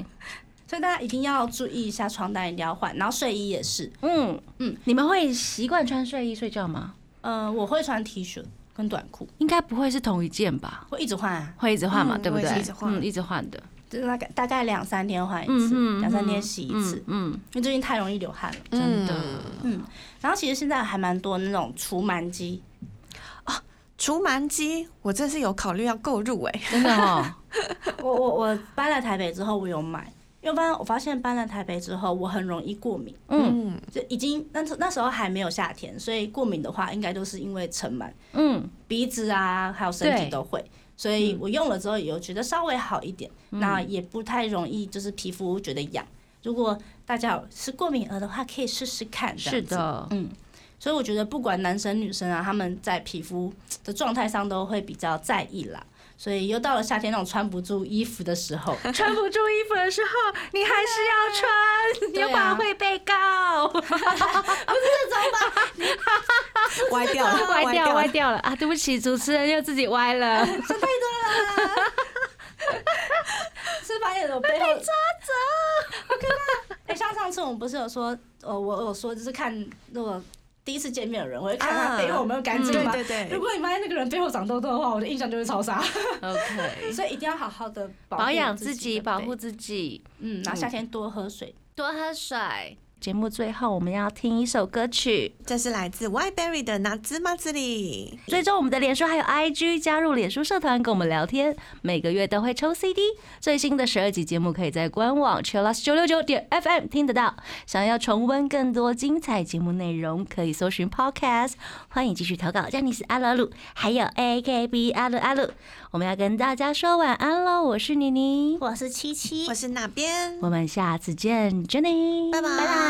S3: 所以大家一定要注意一下，床单一定要换，然后睡衣也是。
S2: 嗯嗯
S3: 嗯，
S2: 你们会习惯穿睡衣睡觉吗？
S3: 呃，我会穿 T 恤跟短裤，
S2: 应该不会是同一件吧？
S3: 会一直换、啊，
S2: 会一直换嘛，
S4: 嗯
S2: 对不
S4: 我也
S2: 对？
S4: 是一直换
S2: 嗯，一直换的，
S3: 就是大概大概两三天换一
S2: 嗯
S3: 次，
S2: 嗯
S3: 两、三天
S2: 嗯
S3: 洗一次，
S2: 嗯，嗯
S3: 因为最近太容易流汗了。
S2: 真的，
S3: 然后其实现在还蛮多那种除螨机，
S4: 除螨机，我真是有考虑要购入哎、
S2: 真的哦，
S3: 我我我搬来台北之后，我有买，因为搬我发现搬来台北之后，我很容易过敏，
S2: 嗯
S4: 嗯，
S3: 就已经那时那时候还没有夏天，所以过敏的话，应该都是因为尘螨，
S2: 嗯，
S3: 鼻子啊还有身
S2: 对
S3: 体都会。所以我用了之后也有觉得稍微好一点，那也不太容易就是皮肤觉得痒。如果大家有是过敏儿的话，可以试试看。这样
S2: 是
S3: 子，
S2: 的，
S3: 嗯。所以我觉得不管男生女生啊，他们在皮肤的状态上都会比较在意啦。所以又到了夏天那种穿不住衣服的时候，
S2: 穿不住衣服的时候，你还是要穿，
S3: 对啊
S2: 要不然会被告，
S4: 歪掉了，
S2: 歪掉，
S4: 了
S2: 歪掉了啊！对不起，主持人又自己歪了，
S3: 是把你的背后抓走，好可怕！哎、像上次我们不是有说，呃，我有说就是看如果第一次见面的人，我会看他背后有没有干净
S4: 对
S3: 嘛。
S4: 嗯对对，
S3: 如果你发现那个人背后长痘痘的话，我的印象就会超差，
S2: ，OK，
S3: 所以一定要好好的
S2: 保养自
S3: 自
S2: 己，
S3: 的
S2: 保
S3: 背
S2: 护自己，
S3: 嗯，然后夏天多喝水，
S2: 多喝水。节目最后我们要听一首歌曲，
S4: 这是来自 Yberry 的拿芝麻子里，
S2: 追踪我们的脸书还有 IG，加入脸书社团跟我们聊天，每个月都会抽 CD。最新的十二集节目可以在官网 chillus 九六九点 FM 听得到。想要重温更多精彩节目内容，可以搜寻 Podcast。欢迎继续投稿，詹妮斯阿鲁阿鲁，还有 AKB 阿鲁阿鲁。我们要跟大家说晚安喽，我是妮妮，
S6: 我是七七
S4: 我，是哪边？
S2: 我们下次见，Jenny，
S4: 拜拜拜拜。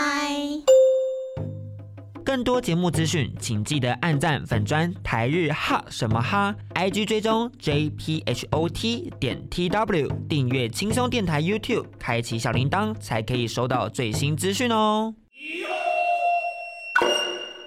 S5: 更多节目资讯，请记得按赞粉砖台日哈什么哈，IG 追踪 JPHOT 点 TW，订阅轻松电台 YouTube，开启小铃铛才可以收到最新资讯哦。